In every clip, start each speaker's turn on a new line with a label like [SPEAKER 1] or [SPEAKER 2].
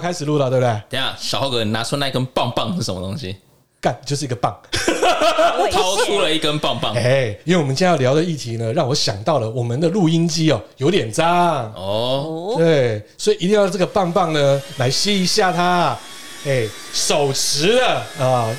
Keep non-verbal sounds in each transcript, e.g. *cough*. [SPEAKER 1] 开始录了，对不对？
[SPEAKER 2] 等一下，小浩哥，你拿出那根棒棒是什么东西？
[SPEAKER 1] 干，就是一个棒。
[SPEAKER 3] 我
[SPEAKER 2] 掏出了一根棒棒。
[SPEAKER 1] 哎，因为我们今天要聊的议题呢，让我想到了我们的录音机哦，有点脏，
[SPEAKER 2] 哦，
[SPEAKER 1] 对，所以一定要这个棒棒呢来吸一下它。哎，手持的啊，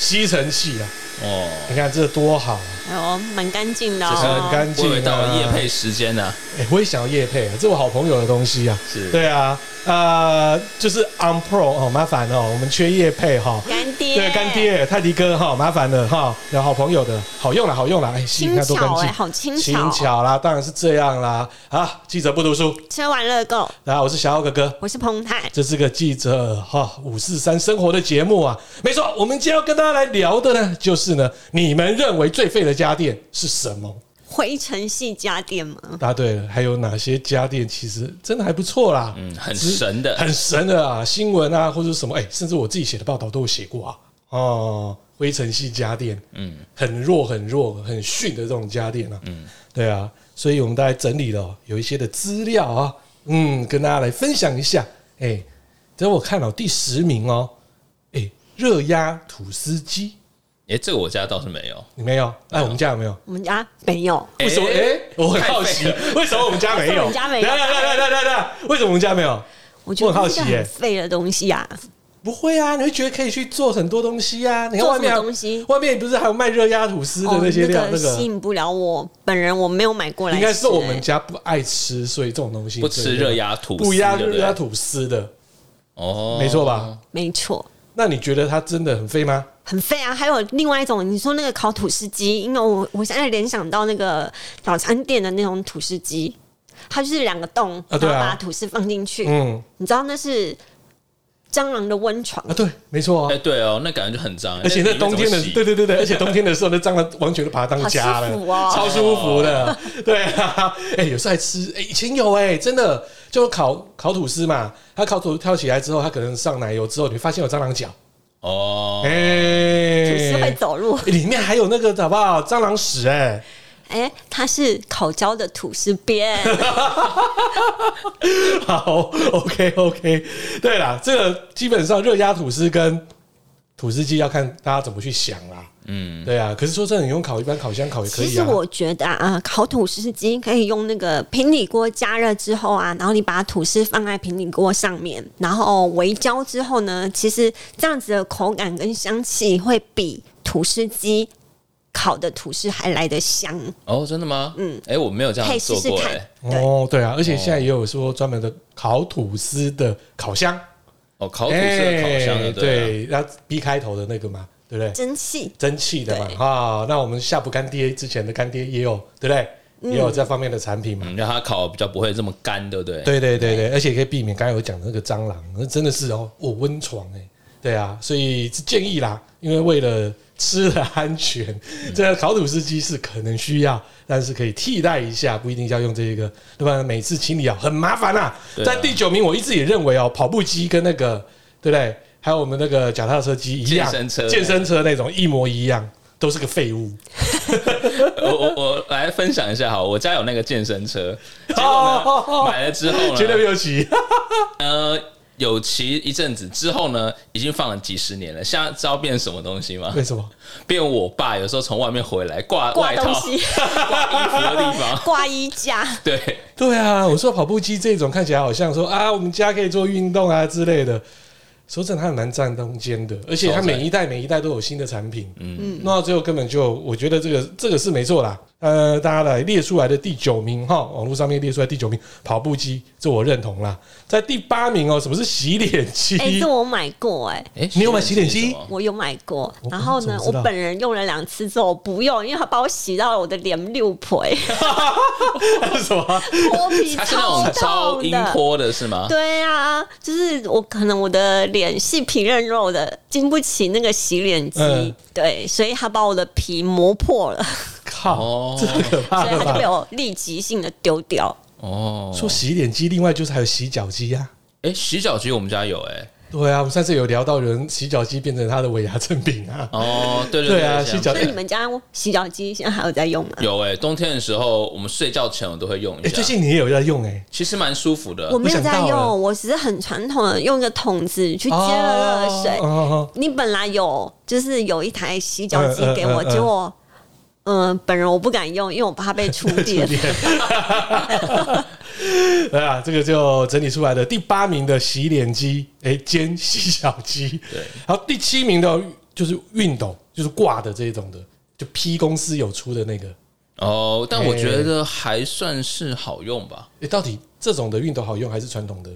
[SPEAKER 1] 吸尘器啊，
[SPEAKER 2] 哦，
[SPEAKER 1] 你看这多好啊，
[SPEAKER 3] 哦，蛮干净的、哦，
[SPEAKER 1] 这很干
[SPEAKER 2] 我以
[SPEAKER 1] 净
[SPEAKER 2] 为到
[SPEAKER 1] 啊。
[SPEAKER 2] 了夜配时间呢。
[SPEAKER 1] 哎、我也想要夜配，这我好朋友的东西啊。
[SPEAKER 2] 是
[SPEAKER 1] 对啊，呃，就是 On Pro 哦，麻烦哦，我们缺夜配哈、
[SPEAKER 3] 干爹，
[SPEAKER 1] 对，干，爹泰迪哥哈、麻烦了哈、有好朋友的，好用了，好用了，哎，吸引
[SPEAKER 3] 轻
[SPEAKER 1] 他多干
[SPEAKER 3] 巧哎、
[SPEAKER 1] 净，
[SPEAKER 3] 好轻
[SPEAKER 1] 轻
[SPEAKER 3] 巧、哦。
[SPEAKER 1] 巧啦，当然是这样啦。啊，记者不读书，
[SPEAKER 3] 吃完乐购，
[SPEAKER 1] 大家好，我是小奥哥哥。
[SPEAKER 3] 我是彭泰，
[SPEAKER 1] 这是个记者哈五四三生活的节目啊，没错，我们今天要跟大家来聊的呢，就是呢，你们认为最废的家电是什么？
[SPEAKER 3] 灰尘系家电吗？
[SPEAKER 1] 答对了，还有哪些家电其实真的还不错啦？
[SPEAKER 2] 嗯，很神的，
[SPEAKER 1] 很神的啊，新闻啊，或者什么，哎、甚至我自己写的报道都有写过啊。哦，灰尘系家电，嗯，很弱、很弱、很逊的这种家电啊，嗯，对啊，所以我们大概整理了哦有一些的资料啊，嗯，跟大家来分享一下。哎、等我看到第十名哦，哎、热压吐司机，
[SPEAKER 2] 哎，这个我家倒是没有。
[SPEAKER 1] 你没有？哎，我们家有没有？
[SPEAKER 3] 我们家没有，
[SPEAKER 1] 为什么？哎、我很好
[SPEAKER 2] 太
[SPEAKER 1] 奇
[SPEAKER 2] 废，
[SPEAKER 1] 为什么我们家没有？
[SPEAKER 3] 为什么我们家没有
[SPEAKER 1] 来来来来来来来，为什么我们家没有？
[SPEAKER 3] 我觉
[SPEAKER 1] 我很好
[SPEAKER 3] 得
[SPEAKER 1] 奇欸
[SPEAKER 3] 是一个
[SPEAKER 1] 耶
[SPEAKER 3] 很废的东西啊。
[SPEAKER 1] 不会啊，你会觉得可以去做很多东西啊。你看
[SPEAKER 3] 做
[SPEAKER 1] 外
[SPEAKER 3] 什么
[SPEAKER 1] 面还有
[SPEAKER 3] 东西
[SPEAKER 1] 外面不是还有卖热压吐司的
[SPEAKER 3] 哦，
[SPEAKER 1] 那些料，那
[SPEAKER 3] 个吸
[SPEAKER 1] 个
[SPEAKER 3] 引不了我，本人我没有买过来
[SPEAKER 1] 应
[SPEAKER 3] 吃、
[SPEAKER 1] 该是我们
[SPEAKER 3] 哎
[SPEAKER 1] 家不爱吃，所以这种东西
[SPEAKER 2] 不吃热压吐司
[SPEAKER 1] 不压
[SPEAKER 2] 对不
[SPEAKER 1] 热
[SPEAKER 2] 对
[SPEAKER 1] 压吐司的，
[SPEAKER 2] 哦，
[SPEAKER 1] 没错吧？
[SPEAKER 3] 没错。
[SPEAKER 1] 那你觉得它真的很废吗？
[SPEAKER 3] 很废啊！还有另外一种，你说那个烤吐司机，因为我我现在联想到那个早餐店的那种吐司机，它就是两个洞，
[SPEAKER 1] 啊
[SPEAKER 3] 然
[SPEAKER 1] 对
[SPEAKER 3] 后
[SPEAKER 1] 啊
[SPEAKER 3] 把吐司放进去，
[SPEAKER 1] 嗯
[SPEAKER 3] 你知道那是蟑螂的温床
[SPEAKER 1] 啊，，对，没错啊
[SPEAKER 2] 哎，。对哦，那感觉就很脏。
[SPEAKER 1] 而且那冬天的
[SPEAKER 2] 里面怎么，洗
[SPEAKER 1] 对对对对，而且冬天的时候，那蟑螂完全都把它当家了
[SPEAKER 3] 好舒服，哦
[SPEAKER 1] 超舒服的。对啊，哎，有时候还吃，哎，以前有哎，真的就烤烤吐司嘛，它烤吐司挑起来之后，它可能上奶油之后，你会发现有蟑螂脚，
[SPEAKER 2] 哦，
[SPEAKER 1] 哎，
[SPEAKER 3] 吐司会走路。
[SPEAKER 1] 里面还有那个好不好？蟑螂屎哎、
[SPEAKER 3] 哎、它是烤焦的吐司边，
[SPEAKER 2] *laughs* 啊
[SPEAKER 1] 好，OK OK。对啦，这个基本上热压吐司跟吐司机要看大家怎么去想啦。嗯，对啊。可是说真的，你用烤一般烤箱烤也可
[SPEAKER 3] 其
[SPEAKER 1] 以
[SPEAKER 3] 实
[SPEAKER 1] 啊。
[SPEAKER 3] 我觉得啊，烤吐司机可以用那个平底锅加热之后啊，然后你把吐司放在平底锅上面，然后微焦之后呢，其实这样子的口感跟香气会比吐司机烤的吐司还来得香。
[SPEAKER 2] 哦，真的吗？嗯，哎，我没有这
[SPEAKER 3] 可
[SPEAKER 2] 样
[SPEAKER 3] 以试
[SPEAKER 2] 做
[SPEAKER 3] 试
[SPEAKER 2] 过
[SPEAKER 3] 看
[SPEAKER 2] 哎。
[SPEAKER 3] 对
[SPEAKER 1] 哦，对啊，而且现在也有说专门的烤吐司的烤箱，
[SPEAKER 2] 哦，烤吐司的烤箱
[SPEAKER 1] 哎
[SPEAKER 2] 的，对啊。
[SPEAKER 1] 对，那 B 开头的那个嘛，对不对？
[SPEAKER 3] 蒸汽
[SPEAKER 1] 蒸汽的嘛，
[SPEAKER 3] 对
[SPEAKER 1] 哈、那我们夏普干爹之前的干爹也有，对不对？
[SPEAKER 2] 嗯
[SPEAKER 1] 也有这方面的产品嘛。
[SPEAKER 2] 嗯，让它烤比较不会这么干，对不对？
[SPEAKER 1] 对对对对，而且可以避免刚才我讲的那个蟑螂，那真的是哦，我温床哎、对啊，所以是建议啦，因为为了吃的安全，
[SPEAKER 2] 嗯
[SPEAKER 1] 这个烤吐司机是可能需要，但是可以替代一下，不一定要用这个，对吧？每次清理啊很麻烦啊。
[SPEAKER 2] 对啊
[SPEAKER 1] 在第九名，我一直也认为哦，跑步机跟那个对不对，还有我们那个脚踏车机一样，
[SPEAKER 2] 健身车
[SPEAKER 1] 健身车那种一模一样，都是个废物。
[SPEAKER 2] *laughs* 我我我来分享一下好，我家有那个健身车，结
[SPEAKER 1] 哦哦
[SPEAKER 2] 果呢
[SPEAKER 1] 哦
[SPEAKER 2] 买了之
[SPEAKER 1] *laughs*
[SPEAKER 2] 后呢，
[SPEAKER 1] 绝对没有骑，
[SPEAKER 2] 呃，有骑一阵子之后呢，已经放了几十年了。现在知道变什么东西吗
[SPEAKER 1] 为？什么？
[SPEAKER 2] 变我爸有时候从外面回来挂
[SPEAKER 3] 挂
[SPEAKER 2] 外套、
[SPEAKER 3] 东
[SPEAKER 2] 挂衣
[SPEAKER 3] 西、
[SPEAKER 2] 服的地
[SPEAKER 1] *laughs*
[SPEAKER 2] 方。
[SPEAKER 3] 挂衣架，
[SPEAKER 2] *laughs* 对，
[SPEAKER 1] 对啊，我说跑步机这种看起来好像说啊，我们家可以做运动啊之类的。说真的，它很难站中间的，而且它每一代每一代都有新的产品，嗯，弄到最后根本就，我觉得这个这个是没错啦。呃，大家来列出来的第九名哈，网络上面列出来第九名跑步机，这我认同啦。在第八名哦，什么是洗脸机？
[SPEAKER 3] 哎、
[SPEAKER 1] *laughs*
[SPEAKER 3] 这我买过、哎。
[SPEAKER 2] 哎、
[SPEAKER 1] 你有买洗脸机
[SPEAKER 2] 是什么
[SPEAKER 3] 我有买过
[SPEAKER 1] 我，
[SPEAKER 3] 然后呢
[SPEAKER 1] 我怎么，知
[SPEAKER 3] 我
[SPEAKER 1] 道
[SPEAKER 3] 本人用了两次之后我不用，因为他把我洗到我的脸
[SPEAKER 2] *laughs*
[SPEAKER 3] 六倍，
[SPEAKER 1] 什么？
[SPEAKER 3] 脱皮
[SPEAKER 2] 它是那种
[SPEAKER 3] 超
[SPEAKER 2] 超
[SPEAKER 3] 痛
[SPEAKER 2] 音
[SPEAKER 3] 的。
[SPEAKER 2] 波的是吗？
[SPEAKER 3] 对啊，就是我可能我的脸细皮嫩肉的，经不起那个洗脸机，
[SPEAKER 1] 嗯
[SPEAKER 3] 对，所以他把我的皮磨
[SPEAKER 1] *laughs*
[SPEAKER 3] 破了，
[SPEAKER 1] 靠，
[SPEAKER 2] 哦
[SPEAKER 1] 这太可怕
[SPEAKER 3] 所以
[SPEAKER 1] 了
[SPEAKER 3] 他就被
[SPEAKER 1] 吧！
[SPEAKER 3] 我立即性的丢掉。
[SPEAKER 2] 哦，
[SPEAKER 1] 说洗脸机，另外就是还有洗脚机呀、啊
[SPEAKER 2] 哎、洗脚机我们家有哎、
[SPEAKER 1] 对啊，我们上次有聊到有人洗脚机变成他的尾牙赠品啊，
[SPEAKER 2] 哦，对
[SPEAKER 1] 对
[SPEAKER 2] 对
[SPEAKER 1] 啊
[SPEAKER 2] 这样
[SPEAKER 1] 洗脚
[SPEAKER 3] 那你们家洗脚机现在还有在用吗？
[SPEAKER 2] 有哎、冬天的时候我们睡觉前我都会用一
[SPEAKER 1] 哎、
[SPEAKER 2] 下，
[SPEAKER 1] 最近你也有在用哎、
[SPEAKER 2] 其实蛮舒服的
[SPEAKER 3] 我。没有在
[SPEAKER 1] 我想到了
[SPEAKER 3] 用，我只是很传统的用个桶子去接了热水
[SPEAKER 1] 哦。哦哦
[SPEAKER 3] 你本来有就是有一台洗脚机
[SPEAKER 1] 嗯嗯
[SPEAKER 3] 给我，
[SPEAKER 1] 嗯嗯
[SPEAKER 3] 结果嗯、呃本人我不敢用，因为我怕被触
[SPEAKER 1] *laughs*
[SPEAKER 3] 电。
[SPEAKER 1] 哦对啊，这个就整理出来的第八名的洗脸机，哎、兼洗脚机。
[SPEAKER 2] 对，
[SPEAKER 1] 然后第七名的就是熨斗，就是挂的这种的，就 P 公司有出的那个。
[SPEAKER 2] 哦，但我觉得还算是好用吧。
[SPEAKER 1] 哎、到底这种的熨斗好用还是传统的？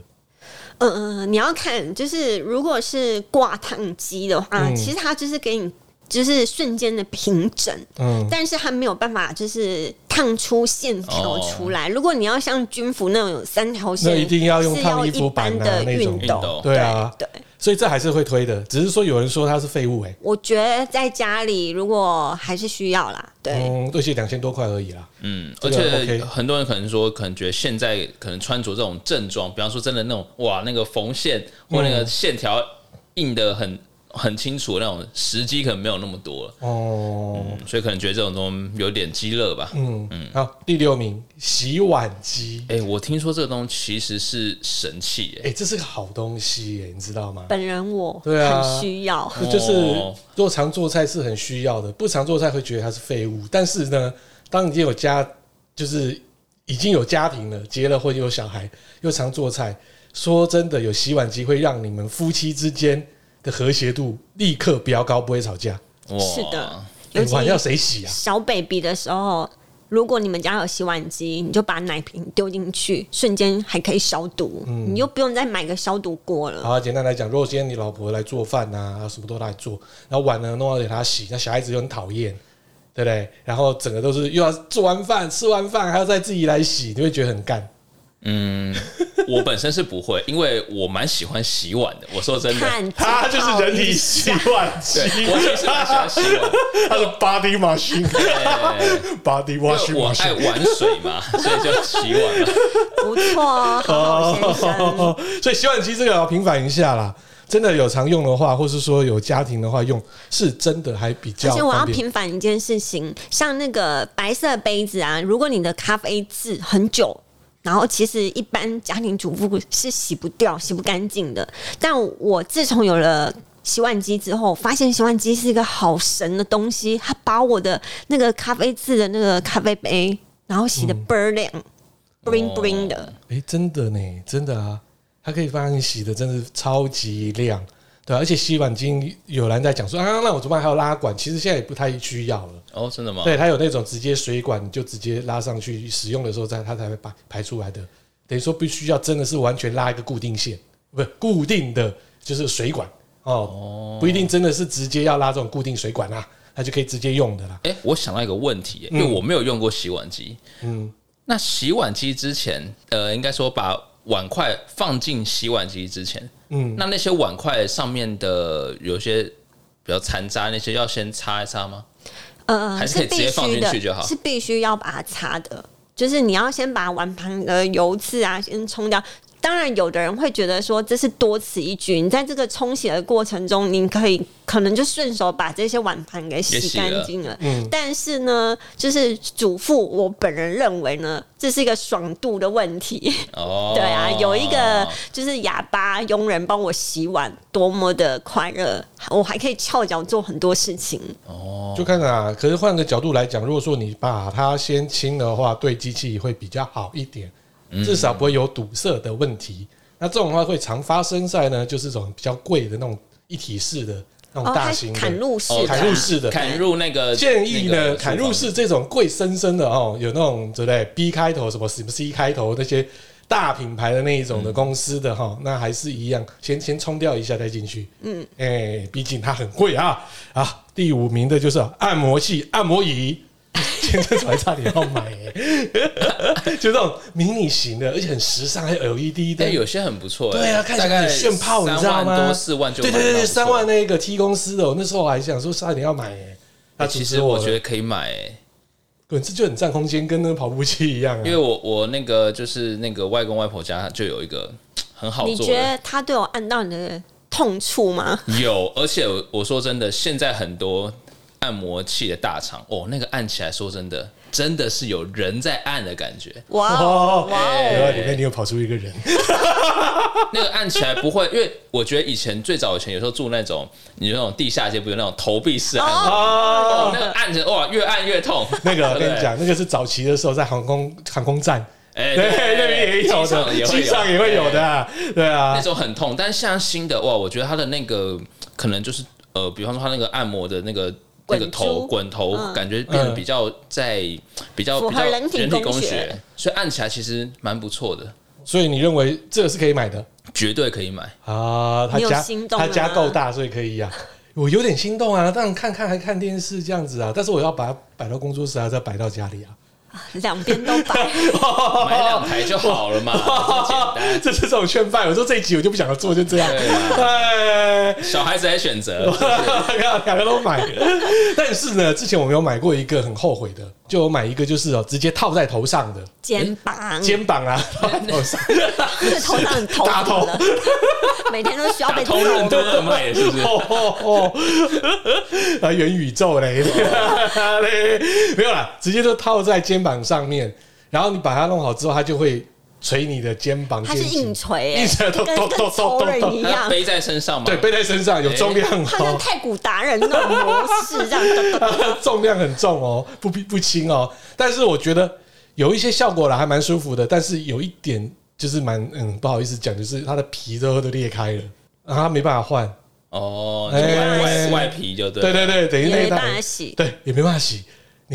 [SPEAKER 3] 嗯嗯，嗯你要看，就是如果是挂烫机的话，
[SPEAKER 1] 嗯
[SPEAKER 3] 其实它就是给你就是瞬间的平整，
[SPEAKER 1] 嗯，
[SPEAKER 3] 但是它没有办法就是烫出线条出来。如果你要像军服那种有三条线，
[SPEAKER 1] 哦那一定要用
[SPEAKER 3] 是
[SPEAKER 1] 烫衣
[SPEAKER 3] 一
[SPEAKER 1] 服板
[SPEAKER 3] 般
[SPEAKER 1] 啊
[SPEAKER 3] 的
[SPEAKER 1] 那种
[SPEAKER 3] 熨
[SPEAKER 2] 熨斗
[SPEAKER 3] 斗，
[SPEAKER 1] 对啊
[SPEAKER 3] 对。对
[SPEAKER 1] 所以这还是会推的，只是说有人说它是废物、哎，
[SPEAKER 3] 我觉得在家里如果还是需要啦，对，
[SPEAKER 1] 嗯，而且两千多块而已啦。
[SPEAKER 2] 嗯，
[SPEAKER 1] 这
[SPEAKER 2] 而
[SPEAKER 1] 个
[SPEAKER 2] 且
[SPEAKER 1] OK
[SPEAKER 2] 很多人可能说，可能觉得现在可能穿着这种正装，比方说真的那种哇，那个缝线或那个线条印的很很清楚，那种时机可能没有那么多了，
[SPEAKER 1] 哦，
[SPEAKER 2] 所以可能觉得这种东西有点鸡肋吧。
[SPEAKER 1] 嗯嗯。好，第六名洗碗机，
[SPEAKER 2] 哎、我听说这个东西其实是神器、
[SPEAKER 1] 哎、
[SPEAKER 2] 哎、
[SPEAKER 1] 这是个好东西、哎，你知道吗？
[SPEAKER 3] 本人我
[SPEAKER 1] 对啊
[SPEAKER 3] 很需要，
[SPEAKER 2] 哦
[SPEAKER 1] 就是做常做菜是很需要的，不常做菜会觉得它是废物。但是呢，当你已经有家，就是已经有家庭了，结了婚有小孩，又常做菜，说真的，有洗碗机会让你们夫妻之间的和谐度立刻飙高，不会吵架。
[SPEAKER 2] 哇
[SPEAKER 3] 是的，尤
[SPEAKER 1] 欸
[SPEAKER 3] 其
[SPEAKER 1] 碗要谁洗啊？
[SPEAKER 3] 小 baby 的时候，如果你们家有洗碗机，你就把奶瓶丢进去，瞬间还可以消毒，你就不用再买个消毒锅了。
[SPEAKER 1] 好嗯啊，简单来讲，如果今天你老婆来做饭呐、啊，什么都来做，然后碗呢弄到给她洗，那小孩子又很讨厌，对不对？然后整个都是又要做完饭、吃完饭还要再自己来洗，你会觉得很 *laughs* 干。
[SPEAKER 2] 嗯，我本身是不会，因为我蛮喜欢洗碗的。我说真的，
[SPEAKER 3] 看，
[SPEAKER 1] 它 *laughs* 就是人体
[SPEAKER 3] 体
[SPEAKER 1] 洗碗机，
[SPEAKER 2] 对我其实蛮喜欢洗碗
[SPEAKER 1] *laughs* 它是 *laughs* body *laughs* machine，body
[SPEAKER 2] 哎，因
[SPEAKER 1] washing
[SPEAKER 2] 为我爱 *laughs*
[SPEAKER 1] machine。
[SPEAKER 2] 玩水
[SPEAKER 1] *laughs*
[SPEAKER 2] 嘛，所以就洗碗嘛。
[SPEAKER 3] 不错哦，好好先生。
[SPEAKER 1] 哦， *laughs* 所以洗碗机这个要平反一下啦。真的有常用的话，或是说有家庭的话用，是真的还比较
[SPEAKER 3] 而且我要
[SPEAKER 1] 方便。
[SPEAKER 3] 平反一件事情，像那个白色杯子啊，如果你的咖啡渍很久，然后其实一般家庭主妇是洗不掉、洗不干净的。但我自从有了。洗碗机之后，发现洗碗机是一个好神的东西，它把我的那个咖啡渍的那个咖啡杯，然后
[SPEAKER 1] 哦
[SPEAKER 3] 洗的倍儿亮、b l i n g bling 的。
[SPEAKER 1] 哎、真的呢，真的啊，它可以帮你洗的，真的是超级亮，对啊、而且洗碗机有人在讲说啊，那我怎么办？还有拉管，其实现在也不太需要了。
[SPEAKER 2] 哦，真的吗？
[SPEAKER 1] 对，它有那种直接水管，你就直接拉上去，使用的时候再它才会排排出来的。等于说必须要真的是完全拉一个固定线，不是固定的就是水管哦，不一定真的是直接要拉这种固定水管啦，它就可以直接用的啦。
[SPEAKER 2] 哎、我想到一个问题、
[SPEAKER 1] 嗯
[SPEAKER 2] 因为我没有用过洗碗机。嗯，那洗碗机之前，呃，应该说把碗筷放进洗碗机之前，
[SPEAKER 1] 嗯，
[SPEAKER 2] 那那些碗筷上面的有些比较残渣，那些要先擦一擦吗？还
[SPEAKER 3] 呃，
[SPEAKER 2] 是可以
[SPEAKER 3] 是
[SPEAKER 2] 直接
[SPEAKER 3] 必
[SPEAKER 2] 放
[SPEAKER 3] 须
[SPEAKER 2] 进去就好
[SPEAKER 3] 的，是必须要把它擦的，就是你要先把碗盘的油渍啊先冲掉。当然，有的人会觉得说这是多此一举，你在这个冲洗的过程中，你可以可能就顺手把这些碗盘给
[SPEAKER 2] 也洗
[SPEAKER 3] 洗
[SPEAKER 2] 了嗯
[SPEAKER 3] 干净了。但是呢，就是主妇，我本人认为呢，这是一个爽度的问题。 *laughs*
[SPEAKER 2] 哦，
[SPEAKER 3] 对啊，有一个就是哑巴佣人帮我洗碗，多么的快乐！我还可以翘脚做很多事情。
[SPEAKER 2] 哦，
[SPEAKER 1] 就看啊，可是换个角度来讲，如果说你把它先清的话，对机器会比较好一点，至少不会有堵塞的问题。那这种的话会常发生在呢，就是这种比较贵的那种一体式的那
[SPEAKER 3] 哦，
[SPEAKER 1] 种大
[SPEAKER 3] 还
[SPEAKER 1] 型的
[SPEAKER 3] 砍入式
[SPEAKER 2] 哦
[SPEAKER 3] 的，
[SPEAKER 1] 砍入式的，
[SPEAKER 2] 砍入那个
[SPEAKER 1] 建议
[SPEAKER 2] 那
[SPEAKER 1] 呢，
[SPEAKER 2] 个
[SPEAKER 1] 砍
[SPEAKER 2] 厨
[SPEAKER 1] 入
[SPEAKER 2] 房
[SPEAKER 1] 式这种贵生生的哦，有那种对不对？B 开头什么什么 C 开头那些大品牌的那一种的公司的哈、那还是一样，先先冲掉一下再进去。嗯，哎、毕竟它很贵啊啊！第五名的就是按摩器、按摩椅。 *laughs* 前阵子我还差点要买、 *laughs* 欸，就这种迷你型的，而且很时尚，还有 LED
[SPEAKER 2] 哎、
[SPEAKER 1] 灯，
[SPEAKER 2] 有些很不错、哎
[SPEAKER 1] 对啊，看起
[SPEAKER 2] 大
[SPEAKER 1] 来
[SPEAKER 2] 概
[SPEAKER 1] 很炫炮，你知道
[SPEAKER 2] 三万
[SPEAKER 1] 吗？
[SPEAKER 2] 多四万就
[SPEAKER 1] 对对
[SPEAKER 2] 买
[SPEAKER 1] 对
[SPEAKER 2] 到
[SPEAKER 1] 对，
[SPEAKER 2] 不
[SPEAKER 1] 三
[SPEAKER 2] 错
[SPEAKER 1] 万那个 T 公司的，哦我那时候还想说差点要买、欸，他
[SPEAKER 2] 哎
[SPEAKER 1] 阻
[SPEAKER 2] 其
[SPEAKER 1] 止
[SPEAKER 2] 实我
[SPEAKER 1] 了
[SPEAKER 2] 觉得可以买、哎
[SPEAKER 1] 滚这就很占空间，跟那个跑步机一样啊。
[SPEAKER 2] 因为我我那个就是那个外公外婆家就有一个很好
[SPEAKER 3] 你
[SPEAKER 2] 做
[SPEAKER 3] 觉
[SPEAKER 2] 的，
[SPEAKER 3] 得他对我按到你的痛处吗？
[SPEAKER 2] 有，而且我我说真的，现在很多按摩器的大厂，哦，那个按起来，说真的，真的是有人在按的感觉。
[SPEAKER 3] 哇
[SPEAKER 1] 哦
[SPEAKER 3] 哦，哇哦！
[SPEAKER 1] 原来里面你有跑出一个人，
[SPEAKER 2] 那个按起来不会，因为我觉得以前最早以前有时候住那种，你那种地下街不是那种投币式按摩，哦，那个按着哇，越按越痛。
[SPEAKER 1] 那个我
[SPEAKER 2] 对不
[SPEAKER 1] 跟
[SPEAKER 2] 对
[SPEAKER 1] 你，讲，那个是早期的时候在航空航空站，
[SPEAKER 2] 哎，
[SPEAKER 1] *laughs* 对，那边也有的，
[SPEAKER 2] 机
[SPEAKER 1] 机上也会有。
[SPEAKER 2] 对
[SPEAKER 1] 的，对啊
[SPEAKER 2] 那，种很痛，但是像新的哇，我觉得它的那个可能就是呃，比方说它那个按摩的那个那
[SPEAKER 3] 滚
[SPEAKER 2] 个头
[SPEAKER 3] 珠
[SPEAKER 2] 滚头，
[SPEAKER 3] 嗯
[SPEAKER 2] 感觉变得比较在比较
[SPEAKER 3] 符合
[SPEAKER 2] 比较
[SPEAKER 3] 人体工
[SPEAKER 2] 工
[SPEAKER 3] 学，
[SPEAKER 2] 所以按起来其实蛮不错的，
[SPEAKER 1] 所以你认为这个是可以买的
[SPEAKER 2] 绝对可以买。
[SPEAKER 1] 啊？他
[SPEAKER 3] 你有
[SPEAKER 1] 家
[SPEAKER 3] 心动
[SPEAKER 1] 他
[SPEAKER 3] 了
[SPEAKER 1] 家
[SPEAKER 3] 吗
[SPEAKER 1] 够大，所以可以呀。啊我有点心动啊，但看看还看电视这样子啊，但是我要把它摆到工作室啊，再摆到家里啊，
[SPEAKER 3] 两边都摆，
[SPEAKER 1] 哦
[SPEAKER 2] 买两台就
[SPEAKER 1] *laughs*
[SPEAKER 2] 好了嘛，这么简
[SPEAKER 1] 这是这种劝败。我说这一集我就不想做，就这样。
[SPEAKER 2] 对啊
[SPEAKER 1] 哎，
[SPEAKER 2] 单。小孩子来选择，
[SPEAKER 1] 两个都买。 *laughs* 但是呢，之前我们有买过一个很后悔的，就有买一个就是哦，直接套在头上的
[SPEAKER 3] 肩膀，
[SPEAKER 1] 肩膀
[SPEAKER 3] *laughs*
[SPEAKER 1] 啊，套在头上
[SPEAKER 3] 这个嗯头上很痛
[SPEAKER 1] 打头
[SPEAKER 3] 苦了，每天都需要
[SPEAKER 2] 打
[SPEAKER 3] 被
[SPEAKER 2] 通任督二脉是不是？
[SPEAKER 1] *laughs* 哦哦哦，啊，元宇宙嘞，
[SPEAKER 2] *laughs*
[SPEAKER 1] 嘞没有啦，直接就套在肩膀上面，然后你把它弄好之后，它就会捶你的肩膀，
[SPEAKER 3] 它是
[SPEAKER 1] 肩颈
[SPEAKER 3] 硬锤、
[SPEAKER 1] 硬
[SPEAKER 3] 欸，
[SPEAKER 1] 锤咚
[SPEAKER 3] 跟
[SPEAKER 1] 咚
[SPEAKER 3] 跟
[SPEAKER 1] 咚
[SPEAKER 3] 仇
[SPEAKER 1] 咚
[SPEAKER 3] 人
[SPEAKER 1] 咚
[SPEAKER 3] 一
[SPEAKER 1] 咚，
[SPEAKER 2] 他
[SPEAKER 3] 样，
[SPEAKER 2] 背在身上嘛，
[SPEAKER 1] 对，背在身上有重量
[SPEAKER 3] 它像
[SPEAKER 1] 哦，
[SPEAKER 3] 太古达人那种模式，这样咚咚咚
[SPEAKER 1] *laughs* 重量很重哦，不不不轻哦，但是我觉得有一些效果啦，还蛮舒服的，但是有一点就是蛮嗯不好意思讲，就是它的皮都都裂开了，然后它没办法换，
[SPEAKER 2] 哦，
[SPEAKER 1] 哎
[SPEAKER 2] 外外外皮就对
[SPEAKER 1] 对
[SPEAKER 2] 了，
[SPEAKER 1] 对对，等于
[SPEAKER 3] 也
[SPEAKER 1] 那
[SPEAKER 3] 没
[SPEAKER 1] 一大
[SPEAKER 3] 办法洗，
[SPEAKER 1] 对也没办法洗。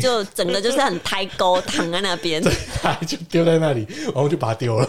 [SPEAKER 3] 就整个就是很胎沟，躺在那边。
[SPEAKER 1] 他就丢在那里，然后就把它丢了。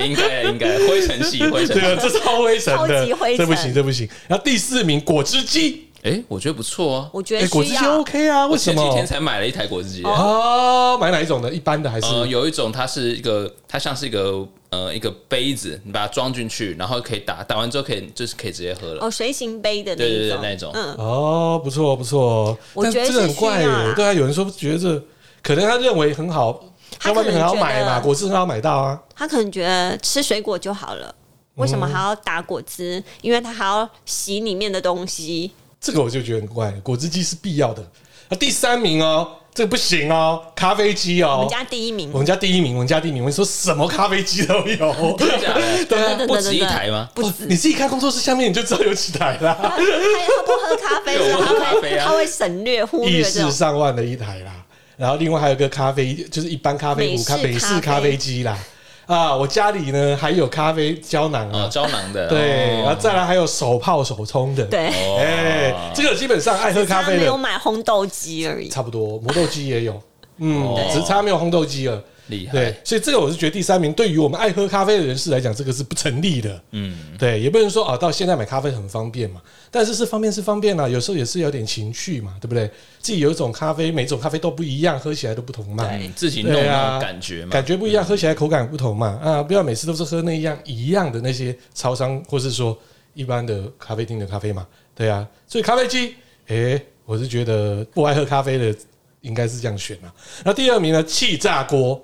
[SPEAKER 2] 应该应该灰尘系灰
[SPEAKER 1] *laughs*
[SPEAKER 2] 尘
[SPEAKER 1] 这
[SPEAKER 2] 系。
[SPEAKER 1] 个这超灰尘
[SPEAKER 3] 超
[SPEAKER 1] 的
[SPEAKER 3] 级灰，尘
[SPEAKER 1] 这不行，这不行。然后第四名果汁机，
[SPEAKER 2] 哎，我觉得不错哦。
[SPEAKER 3] 我觉
[SPEAKER 1] 哎、
[SPEAKER 3] 得
[SPEAKER 1] 果汁
[SPEAKER 3] 需
[SPEAKER 1] 机
[SPEAKER 3] 要，
[SPEAKER 1] OK 啊？为什
[SPEAKER 2] 前几
[SPEAKER 1] 么
[SPEAKER 2] 天？才买了一台果汁机，
[SPEAKER 1] 啊，买哪一种的？一般的还是？
[SPEAKER 2] 呃，有一种它是一个，它像是一个呃一个杯子，你把它装进去，然后可以打，打完之后可以就是可以直接喝了。
[SPEAKER 3] 哦，随行杯的
[SPEAKER 2] 对对
[SPEAKER 3] 一
[SPEAKER 2] 对
[SPEAKER 3] 种，
[SPEAKER 2] 那一种
[SPEAKER 3] 嗯，
[SPEAKER 1] 哦，不错不错。
[SPEAKER 3] 我
[SPEAKER 1] 但
[SPEAKER 3] 觉得
[SPEAKER 1] 这个很
[SPEAKER 3] 是需要
[SPEAKER 1] 怪耶、
[SPEAKER 3] 啦
[SPEAKER 1] 对啊，有人说觉得这可能他认为很好，
[SPEAKER 3] 他
[SPEAKER 1] 在外面很好买
[SPEAKER 3] 可能觉
[SPEAKER 1] 嘛，
[SPEAKER 3] 得
[SPEAKER 1] 果汁很好买到啊。
[SPEAKER 3] 他可能觉得吃水果就好了。为什么还要打果汁？因为他还要洗里面的东西。
[SPEAKER 1] 这个我就觉得很怪，果汁机是必要的。那第三名哦，这个不行哦，咖啡机
[SPEAKER 3] 我
[SPEAKER 1] 哦
[SPEAKER 3] 们。家第一名
[SPEAKER 1] 我，们家第一名，我们家第一名，我跟你说什么咖啡机都
[SPEAKER 3] *laughs*
[SPEAKER 1] 有，
[SPEAKER 2] 真的假的
[SPEAKER 1] 对啊，
[SPEAKER 2] 不止一台吗？
[SPEAKER 3] 不
[SPEAKER 1] 哇
[SPEAKER 3] 止
[SPEAKER 1] 你自己看工作室下面你就知道有几台啦，
[SPEAKER 3] 他哎他不喝咖啡，
[SPEAKER 2] 对
[SPEAKER 3] 所
[SPEAKER 1] *laughs*
[SPEAKER 3] 以
[SPEAKER 2] 我不喝
[SPEAKER 3] 他
[SPEAKER 2] 咖啡
[SPEAKER 3] 会
[SPEAKER 2] 啊
[SPEAKER 3] 他会省略忽
[SPEAKER 1] 意
[SPEAKER 3] 略这
[SPEAKER 1] 式
[SPEAKER 3] 种。
[SPEAKER 1] 上万的一台啦。然后另外还有一个咖啡，就是一般咖啡壶、
[SPEAKER 3] 美式
[SPEAKER 1] 咖美式
[SPEAKER 3] 咖啡
[SPEAKER 1] 咖啡机啦。啊，我家里呢还有咖啡胶囊
[SPEAKER 2] 哦，
[SPEAKER 1] 啊，
[SPEAKER 2] 胶囊的。
[SPEAKER 1] 对，然后
[SPEAKER 2] 哦
[SPEAKER 1] 再来还有手泡手冲的。，
[SPEAKER 3] 对，
[SPEAKER 1] 哎，这个基本上爱喝咖
[SPEAKER 3] 他
[SPEAKER 1] 啡
[SPEAKER 3] 没有
[SPEAKER 1] 的
[SPEAKER 3] 买烘豆机而已。
[SPEAKER 1] 差不多，磨豆机也
[SPEAKER 2] *laughs*
[SPEAKER 1] 有，嗯
[SPEAKER 2] 哦，
[SPEAKER 1] 只差没有烘豆机了。
[SPEAKER 2] 厉害
[SPEAKER 1] 对，，所以这个我是觉得第三名对于我们爱喝咖啡的人士来讲，这个是不成立的。
[SPEAKER 2] 嗯，
[SPEAKER 1] 对，也不能说啊，到现在买咖啡很方便嘛，但是是方便是方便啦、啊有时候也是有点情趣嘛，对不对？自己有一种咖啡，每种咖啡都不一样，喝起来都不同嘛，
[SPEAKER 2] 嗯自己弄
[SPEAKER 1] 对
[SPEAKER 2] 那
[SPEAKER 1] 啊，
[SPEAKER 2] 种感觉嘛
[SPEAKER 1] 感。觉不一样，喝起来口感不同嘛，啊，不要每次都是喝那样一样的那些超商或是说一般的咖啡厅的咖啡嘛，对啊，所以咖啡机，诶、我是觉得不爱喝咖啡的应该是这样选啊。那第二名呢，气炸锅，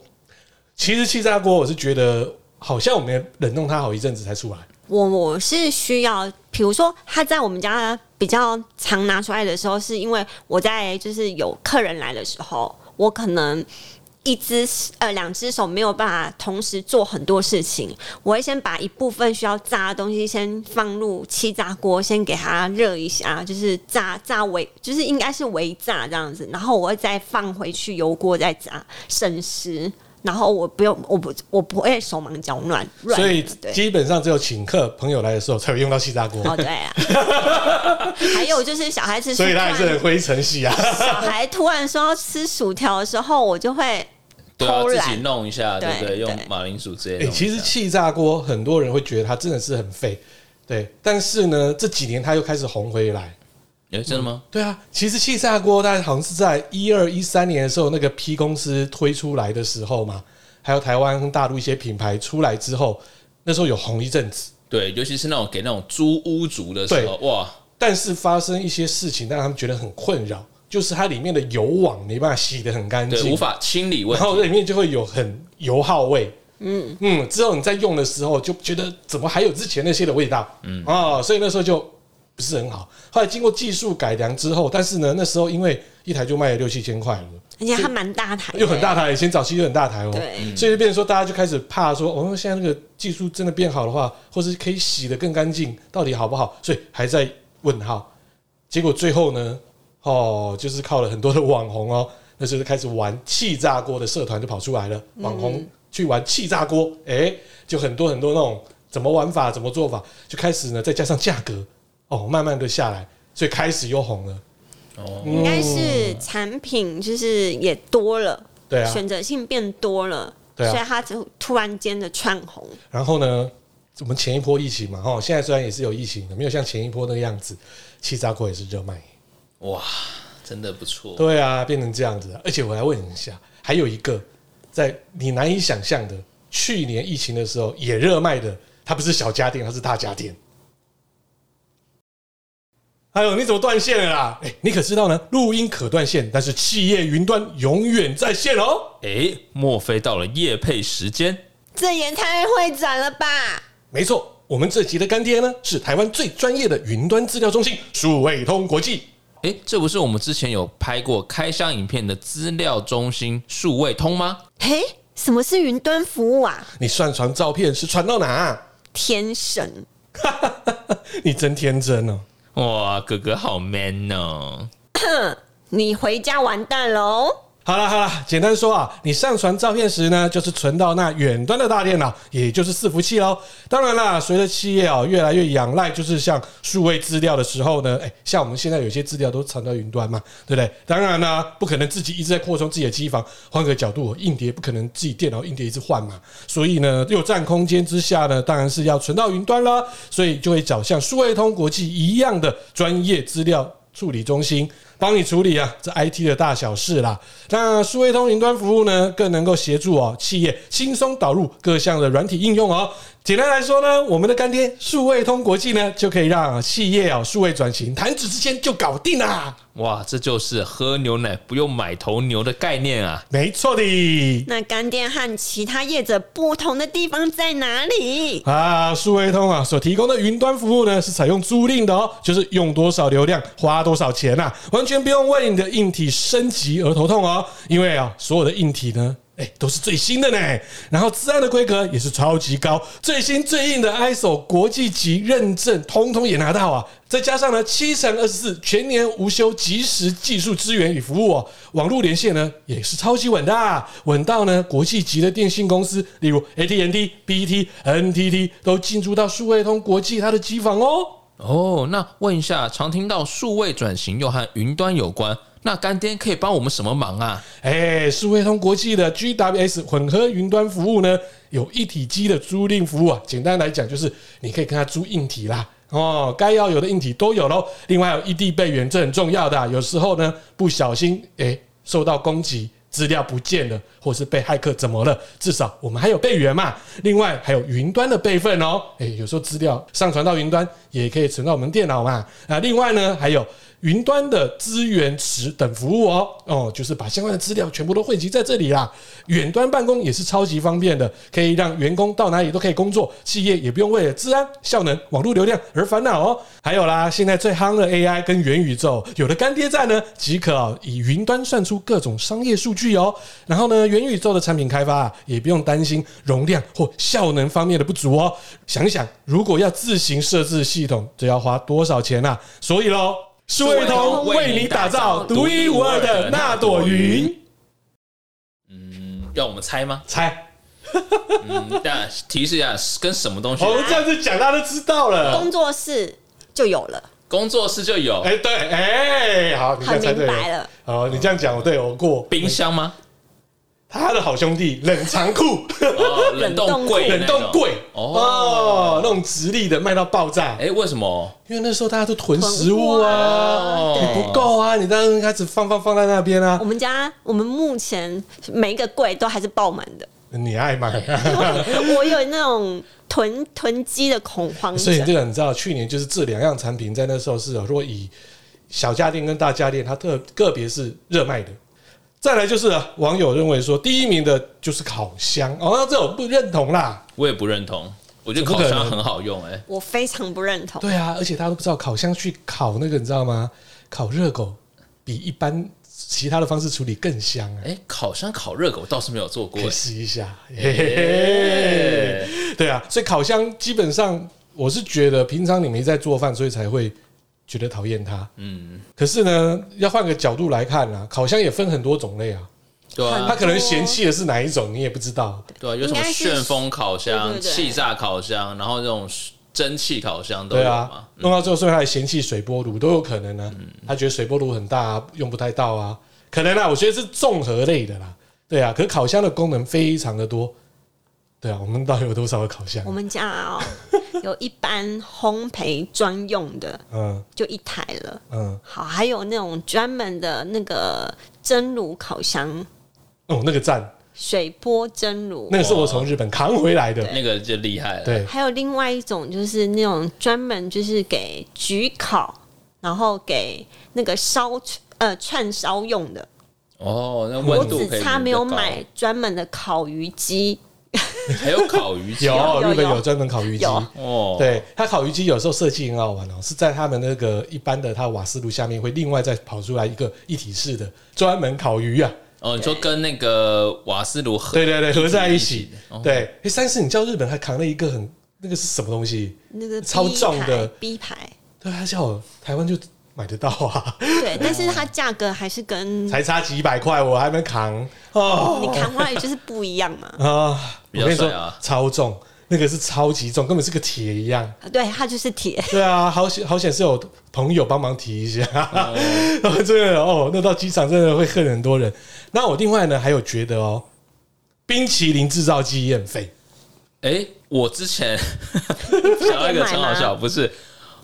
[SPEAKER 1] 其实气炸锅我是觉得好像我们也冷冻它好一阵子才出来。
[SPEAKER 3] 我我是需要，比如说他在我们家比较常拿出来的时候，是因为我在就是有客人来的时候，我可能一只呃两只手没有办法同时做很多事情，我会先把一部分需要炸的东西先放入气炸锅，先给它热一下，就是炸炸微，就是应该是微炸这样子，然后我会再放回去油锅再炸，省时。然后我不用，我不，我不会手忙脚乱，乱
[SPEAKER 1] 所以
[SPEAKER 3] 对
[SPEAKER 1] 基本上只有请客朋友来的时候才会用到气炸锅，
[SPEAKER 3] 哦，
[SPEAKER 1] *laughs*
[SPEAKER 3] 对啊，还有就是小孩子，
[SPEAKER 1] 所以它还是很灰尘系啊。
[SPEAKER 3] 小孩突然说要吃薯条的时候，我就会
[SPEAKER 2] 对啊，
[SPEAKER 3] 偷
[SPEAKER 2] 自
[SPEAKER 3] 懒
[SPEAKER 2] 己弄一下，对不
[SPEAKER 3] 对
[SPEAKER 2] 对？用
[SPEAKER 3] 对
[SPEAKER 2] 马铃薯之类
[SPEAKER 1] 诶
[SPEAKER 2] 的弄一下。
[SPEAKER 1] 哎其实气炸锅很多人会觉得它真的是很废，对。但是呢，这几年它又开始红回来。
[SPEAKER 2] 哎，真的吗？
[SPEAKER 1] 对啊，其实气炸锅大概好像是在一二一三年的时候，那个 P 公司推出来的时候嘛，还有台湾跟大陆一些品牌出来之后，那时候有红一阵子。
[SPEAKER 2] 对，尤其是那种给那种租屋族的时候，哇，
[SPEAKER 1] 但是发生一些事情，让他们觉得很困扰，就是它里面的油网没办法洗得很干
[SPEAKER 2] 对，
[SPEAKER 1] 净
[SPEAKER 2] 无，法清理问
[SPEAKER 1] 然后
[SPEAKER 2] 题。
[SPEAKER 1] 里面就会有很油耗味。嗯嗯，之后你在用的时候就觉得怎么还有之前那些的味道，嗯啊，所以那时候就不是很好。后来经过技术改良之后，但是呢，那时候因为一台就卖了六七千块了。
[SPEAKER 3] 而且它蛮大台的，
[SPEAKER 1] 又很大台，以前早期就很大台哦。
[SPEAKER 3] 对
[SPEAKER 1] 所以就变成说，大家就开始怕说，哦，现在那个技术真的变好的话，或是可以洗得更干净，到底好不好？所以还在问号。结果最后呢，哦，就是靠了很多的网红哦，那时候就开始玩气炸锅的社团就跑出来了，网红去玩气炸锅，哎、就很多很多那种怎么玩法、怎么做法，就开始呢，再加上价格，哦，慢慢的下来，所以开始又红了。嗯
[SPEAKER 2] 哦，
[SPEAKER 3] 应该是产品就是也多了，
[SPEAKER 1] 对啊，
[SPEAKER 3] 选择性变多了，
[SPEAKER 1] 对啊
[SPEAKER 3] 所以它就突然间的窜红。
[SPEAKER 1] 然后呢，我们前一波疫情嘛，哈，现在虽然也是有疫情的，没有像前一波那个样子，气炸锅也是热卖。
[SPEAKER 2] 哇，真的不错。
[SPEAKER 1] 对啊，变成这样子。而且我来问你一下，还有一个在你难以想象的，去年疫情的时候也热卖的，它不是小家电，它是大家电。还有，你怎么断线了啦？哎、你可知道呢？录音可断线，但是企业云端永远在线哦。
[SPEAKER 2] 哎，莫非到了夜配时间？
[SPEAKER 3] 这也太会展了吧！
[SPEAKER 1] 没错，我们这集的干爹呢是台湾最专业的云端资料中心数位通国际。
[SPEAKER 2] 哎，这不是我们之前有拍过开箱影片的资料中心数位通吗？
[SPEAKER 3] 嘿，什么是云端服务啊？
[SPEAKER 1] 你上传照片是传到哪、
[SPEAKER 3] 天神，
[SPEAKER 1] 你真天真哦！
[SPEAKER 2] 哇，哥哥好 man 哦！
[SPEAKER 3] 你回家完蛋喽！
[SPEAKER 1] 好啦好啦，简单说啊，你上传照片时呢，就是存到那远端的大电脑，也就是伺服器喽。当然啦，随着企业啊、越来越仰赖，就是像数位资料的时候呢，哎、像我们现在有些资料都藏到云端嘛，对不对？当然啦、不可能自己一直在扩充自己的机房。换个角度，硬碟不可能自己电脑硬碟一直换嘛，所以呢，又占空间之下呢，当然是要存到云端啦，所以就会找像数位通国际一样的专业资料处理中心帮你处理啊，这 IT 的大小事啦。那数位通云端服务呢，更能够协助哦企业轻松导入各项的软体应用哦。简单来说呢，我们的干爹数位通国际呢，就可以让企业哦数位转型弹指之间就搞定啦。
[SPEAKER 2] 哇，这就是喝牛奶不用买头牛的概念啊！
[SPEAKER 1] 没错的。
[SPEAKER 3] 那干爹和其他业者不同的地方在哪里？
[SPEAKER 1] 啊，数位通啊所提供的云端服务呢，是采用租赁的哦，就是用多少流量花多少钱呐、完全不用为你的硬体升级而头痛哦，因为啊、所有的硬体呢。哎，都是最新的呢，然后自安的规格也是超级高，最新最硬的 ISO 国际级认证，通通也拿到啊！再加上呢，七乘二十四全年无休，及时技术支援与服务哦，网络连线呢也是超级稳的、啊，稳到呢国际级的电信公司，例如 AT&T、BT、NTT 都进驻到数位通国际它的机房哦。
[SPEAKER 2] 哦，那问一下，常听到数位转型又和云端有关，那干爹可以帮我们什么忙啊？
[SPEAKER 1] 哎，数位通国际的 GWS 混合云端服务呢，有一体机的租赁服务啊。简单来讲，就是你可以跟他租硬体啦。哦，该要有的硬体都有喽。另外还有异地备援，这很重要的啊、有时候呢，不小心哎受到攻击，资料不见了，或是被骇客怎么了，至少我们还有备援嘛。另外还有云端的备份哦。哎，有时候资料上传到云端，也可以存到我们电脑嘛。啊，另外呢还有云端的资源池等服务哦，哦，就是把相关的资料全部都汇集在这里啦。远端办公也是超级方便的，可以让员工到哪里都可以工作，企业也不用为了治安、效能、网络流量而烦恼哦。还有啦，现在最夯的 AI 跟元宇宙，有的干爹在呢，即可、哦、以云端算出各种商业数据哦。然后呢，元宇宙的产品开发啊，也不用担心容量或效能方面的不足哦。想一想，如果要自行设置系统，这要花多少钱啊？所以喽。数位通为你打造独一无二的那朵云。
[SPEAKER 2] 嗯，要我们猜吗？
[SPEAKER 1] 猜，
[SPEAKER 2] 嗯，但提示一下，跟什么东西？
[SPEAKER 1] 哦，这样子讲大家都知道了。
[SPEAKER 3] 工作室就有了，
[SPEAKER 2] 工作室就有
[SPEAKER 1] 哎，对，哎，好，你这
[SPEAKER 3] 很
[SPEAKER 1] 样猜
[SPEAKER 3] 明
[SPEAKER 1] 对
[SPEAKER 3] 白
[SPEAKER 1] 了。
[SPEAKER 3] 了。
[SPEAKER 1] 好，你这样讲，我对我过。
[SPEAKER 2] 冰箱吗？
[SPEAKER 1] 他的好兄弟冷藏库、
[SPEAKER 2] 哦，冷冻柜的
[SPEAKER 1] *laughs* 冷
[SPEAKER 2] 那种，
[SPEAKER 1] 冻柜，
[SPEAKER 2] 哦
[SPEAKER 1] 哦，那种直立的卖到爆炸。
[SPEAKER 2] 哎，为什么？
[SPEAKER 1] 因为那时候大家都囤食物啊，
[SPEAKER 2] 哦
[SPEAKER 1] 你不够啊，你当然开始放放放在那边啊
[SPEAKER 3] 我，们家我们目前每一个柜都还是爆满的， *laughs*
[SPEAKER 1] 你爱买啊。
[SPEAKER 3] 我有那种囤囤积的恐慌
[SPEAKER 1] 所以
[SPEAKER 3] 症
[SPEAKER 1] 这。个你知道，去年就是这两样产品在那时候是、哦，如果以小家电跟大家电，它特个别是热卖的。再来就是啊网友认为说，第一名的就是烤箱哦，那这我不认同啦。
[SPEAKER 2] 我也不认同，我觉得
[SPEAKER 1] 怎么
[SPEAKER 2] 烤
[SPEAKER 1] 可
[SPEAKER 2] 箱
[SPEAKER 1] 能
[SPEAKER 2] 很好用、欸，哎，
[SPEAKER 3] 我非常不认同。
[SPEAKER 1] 对啊，而且大家都不知道烤箱去烤那个，你知道吗？烤热狗比一般其他的方式处理更香啊。
[SPEAKER 2] 哎，烤箱烤热狗倒是没有做过、
[SPEAKER 1] 可以
[SPEAKER 2] 欸，
[SPEAKER 1] 试一下。嘿嘿嘿对啊，所以烤箱基本上我是觉得平常你没在做饭，所以才会觉得讨厌它。
[SPEAKER 2] 嗯，
[SPEAKER 1] 可是呢，要换个角度来看啊，烤箱也分很多种类啊，
[SPEAKER 2] 对
[SPEAKER 1] 它
[SPEAKER 2] 啊，
[SPEAKER 1] 可能嫌弃的是哪一种，你也不知道。
[SPEAKER 2] 对啊，有什么
[SPEAKER 3] 应该是
[SPEAKER 2] 旋风烤箱、
[SPEAKER 3] 对对对
[SPEAKER 2] 气炸烤箱，然后这种蒸汽烤箱都
[SPEAKER 1] 对
[SPEAKER 2] 有
[SPEAKER 1] 啊
[SPEAKER 2] 嘛？，嗯
[SPEAKER 1] 弄到最后，所以他还嫌弃水波炉都有可能呢、他觉得水波炉很大、啊，用不太到啊，可能啊，我觉得是综合类的啦。对啊，可是烤箱的功能非常的多。对啊，我们到底有多少个烤箱
[SPEAKER 3] 我？们家哦、有一般烘焙专用的，
[SPEAKER 1] 嗯
[SPEAKER 3] 就一台了。
[SPEAKER 1] 嗯，
[SPEAKER 3] 好，还有那种专门的那个蒸炉烤箱，
[SPEAKER 1] 哦，那个赞，
[SPEAKER 3] 水波蒸炉
[SPEAKER 1] 那。个是我从日本扛回来的。
[SPEAKER 2] 那个就厉害了。
[SPEAKER 1] 对，
[SPEAKER 3] 还有另外一种就是那种专门就是给焗烤，然后给那个烧呃串烧用的。
[SPEAKER 2] 哦，那
[SPEAKER 3] 我
[SPEAKER 2] 温度
[SPEAKER 3] 只
[SPEAKER 2] 可以
[SPEAKER 3] 差没有
[SPEAKER 2] 比较高
[SPEAKER 3] 买，专门的烤鱼机，
[SPEAKER 2] 还有
[SPEAKER 1] *laughs*
[SPEAKER 2] 烤鱼机啊
[SPEAKER 1] 有
[SPEAKER 3] 有
[SPEAKER 1] 日本
[SPEAKER 3] 有
[SPEAKER 1] 有专门烤鱼机，
[SPEAKER 3] 有
[SPEAKER 2] 哦，，
[SPEAKER 1] 对，它烤鱼机有时候设计很好玩哦，是在他们那个一般的它瓦斯炉下面会另外再跑出来一个一体式的专门烤鱼啊，
[SPEAKER 2] 哦，你说跟那个瓦斯炉合
[SPEAKER 1] 对对对，合在一
[SPEAKER 2] 一
[SPEAKER 1] 起
[SPEAKER 2] 体的哦。
[SPEAKER 1] 对，诶三四，你叫日本还扛了一个很那个是什么东西？
[SPEAKER 3] 那个 B
[SPEAKER 1] 超重的
[SPEAKER 3] 牌 B 牌，
[SPEAKER 1] 对，他叫我台湾就买得到啊， *laughs*
[SPEAKER 3] 对，但是它价格还是跟
[SPEAKER 1] 才差几百块，我还没扛哦
[SPEAKER 3] 你扛过来就是不一样嘛。
[SPEAKER 1] 啊！
[SPEAKER 2] 比
[SPEAKER 1] 我
[SPEAKER 2] 较
[SPEAKER 1] 跟你说
[SPEAKER 2] 帅啊，
[SPEAKER 1] 超重，那个是超级重，根本是个铁一样。
[SPEAKER 3] 对，它就是铁，
[SPEAKER 1] 对啊，好险好险是有朋友帮忙提一下， *laughs* 真的哦，那到机场真的会恨很多人。那我另外呢还有觉得哦，冰淇淋制造机也很废， *laughs*
[SPEAKER 2] 哎、我之
[SPEAKER 3] *laughs*
[SPEAKER 2] 前
[SPEAKER 3] 快
[SPEAKER 2] 想到一
[SPEAKER 3] 点
[SPEAKER 2] 个
[SPEAKER 3] 买
[SPEAKER 2] 超好笑，
[SPEAKER 3] 嘛！
[SPEAKER 2] 不是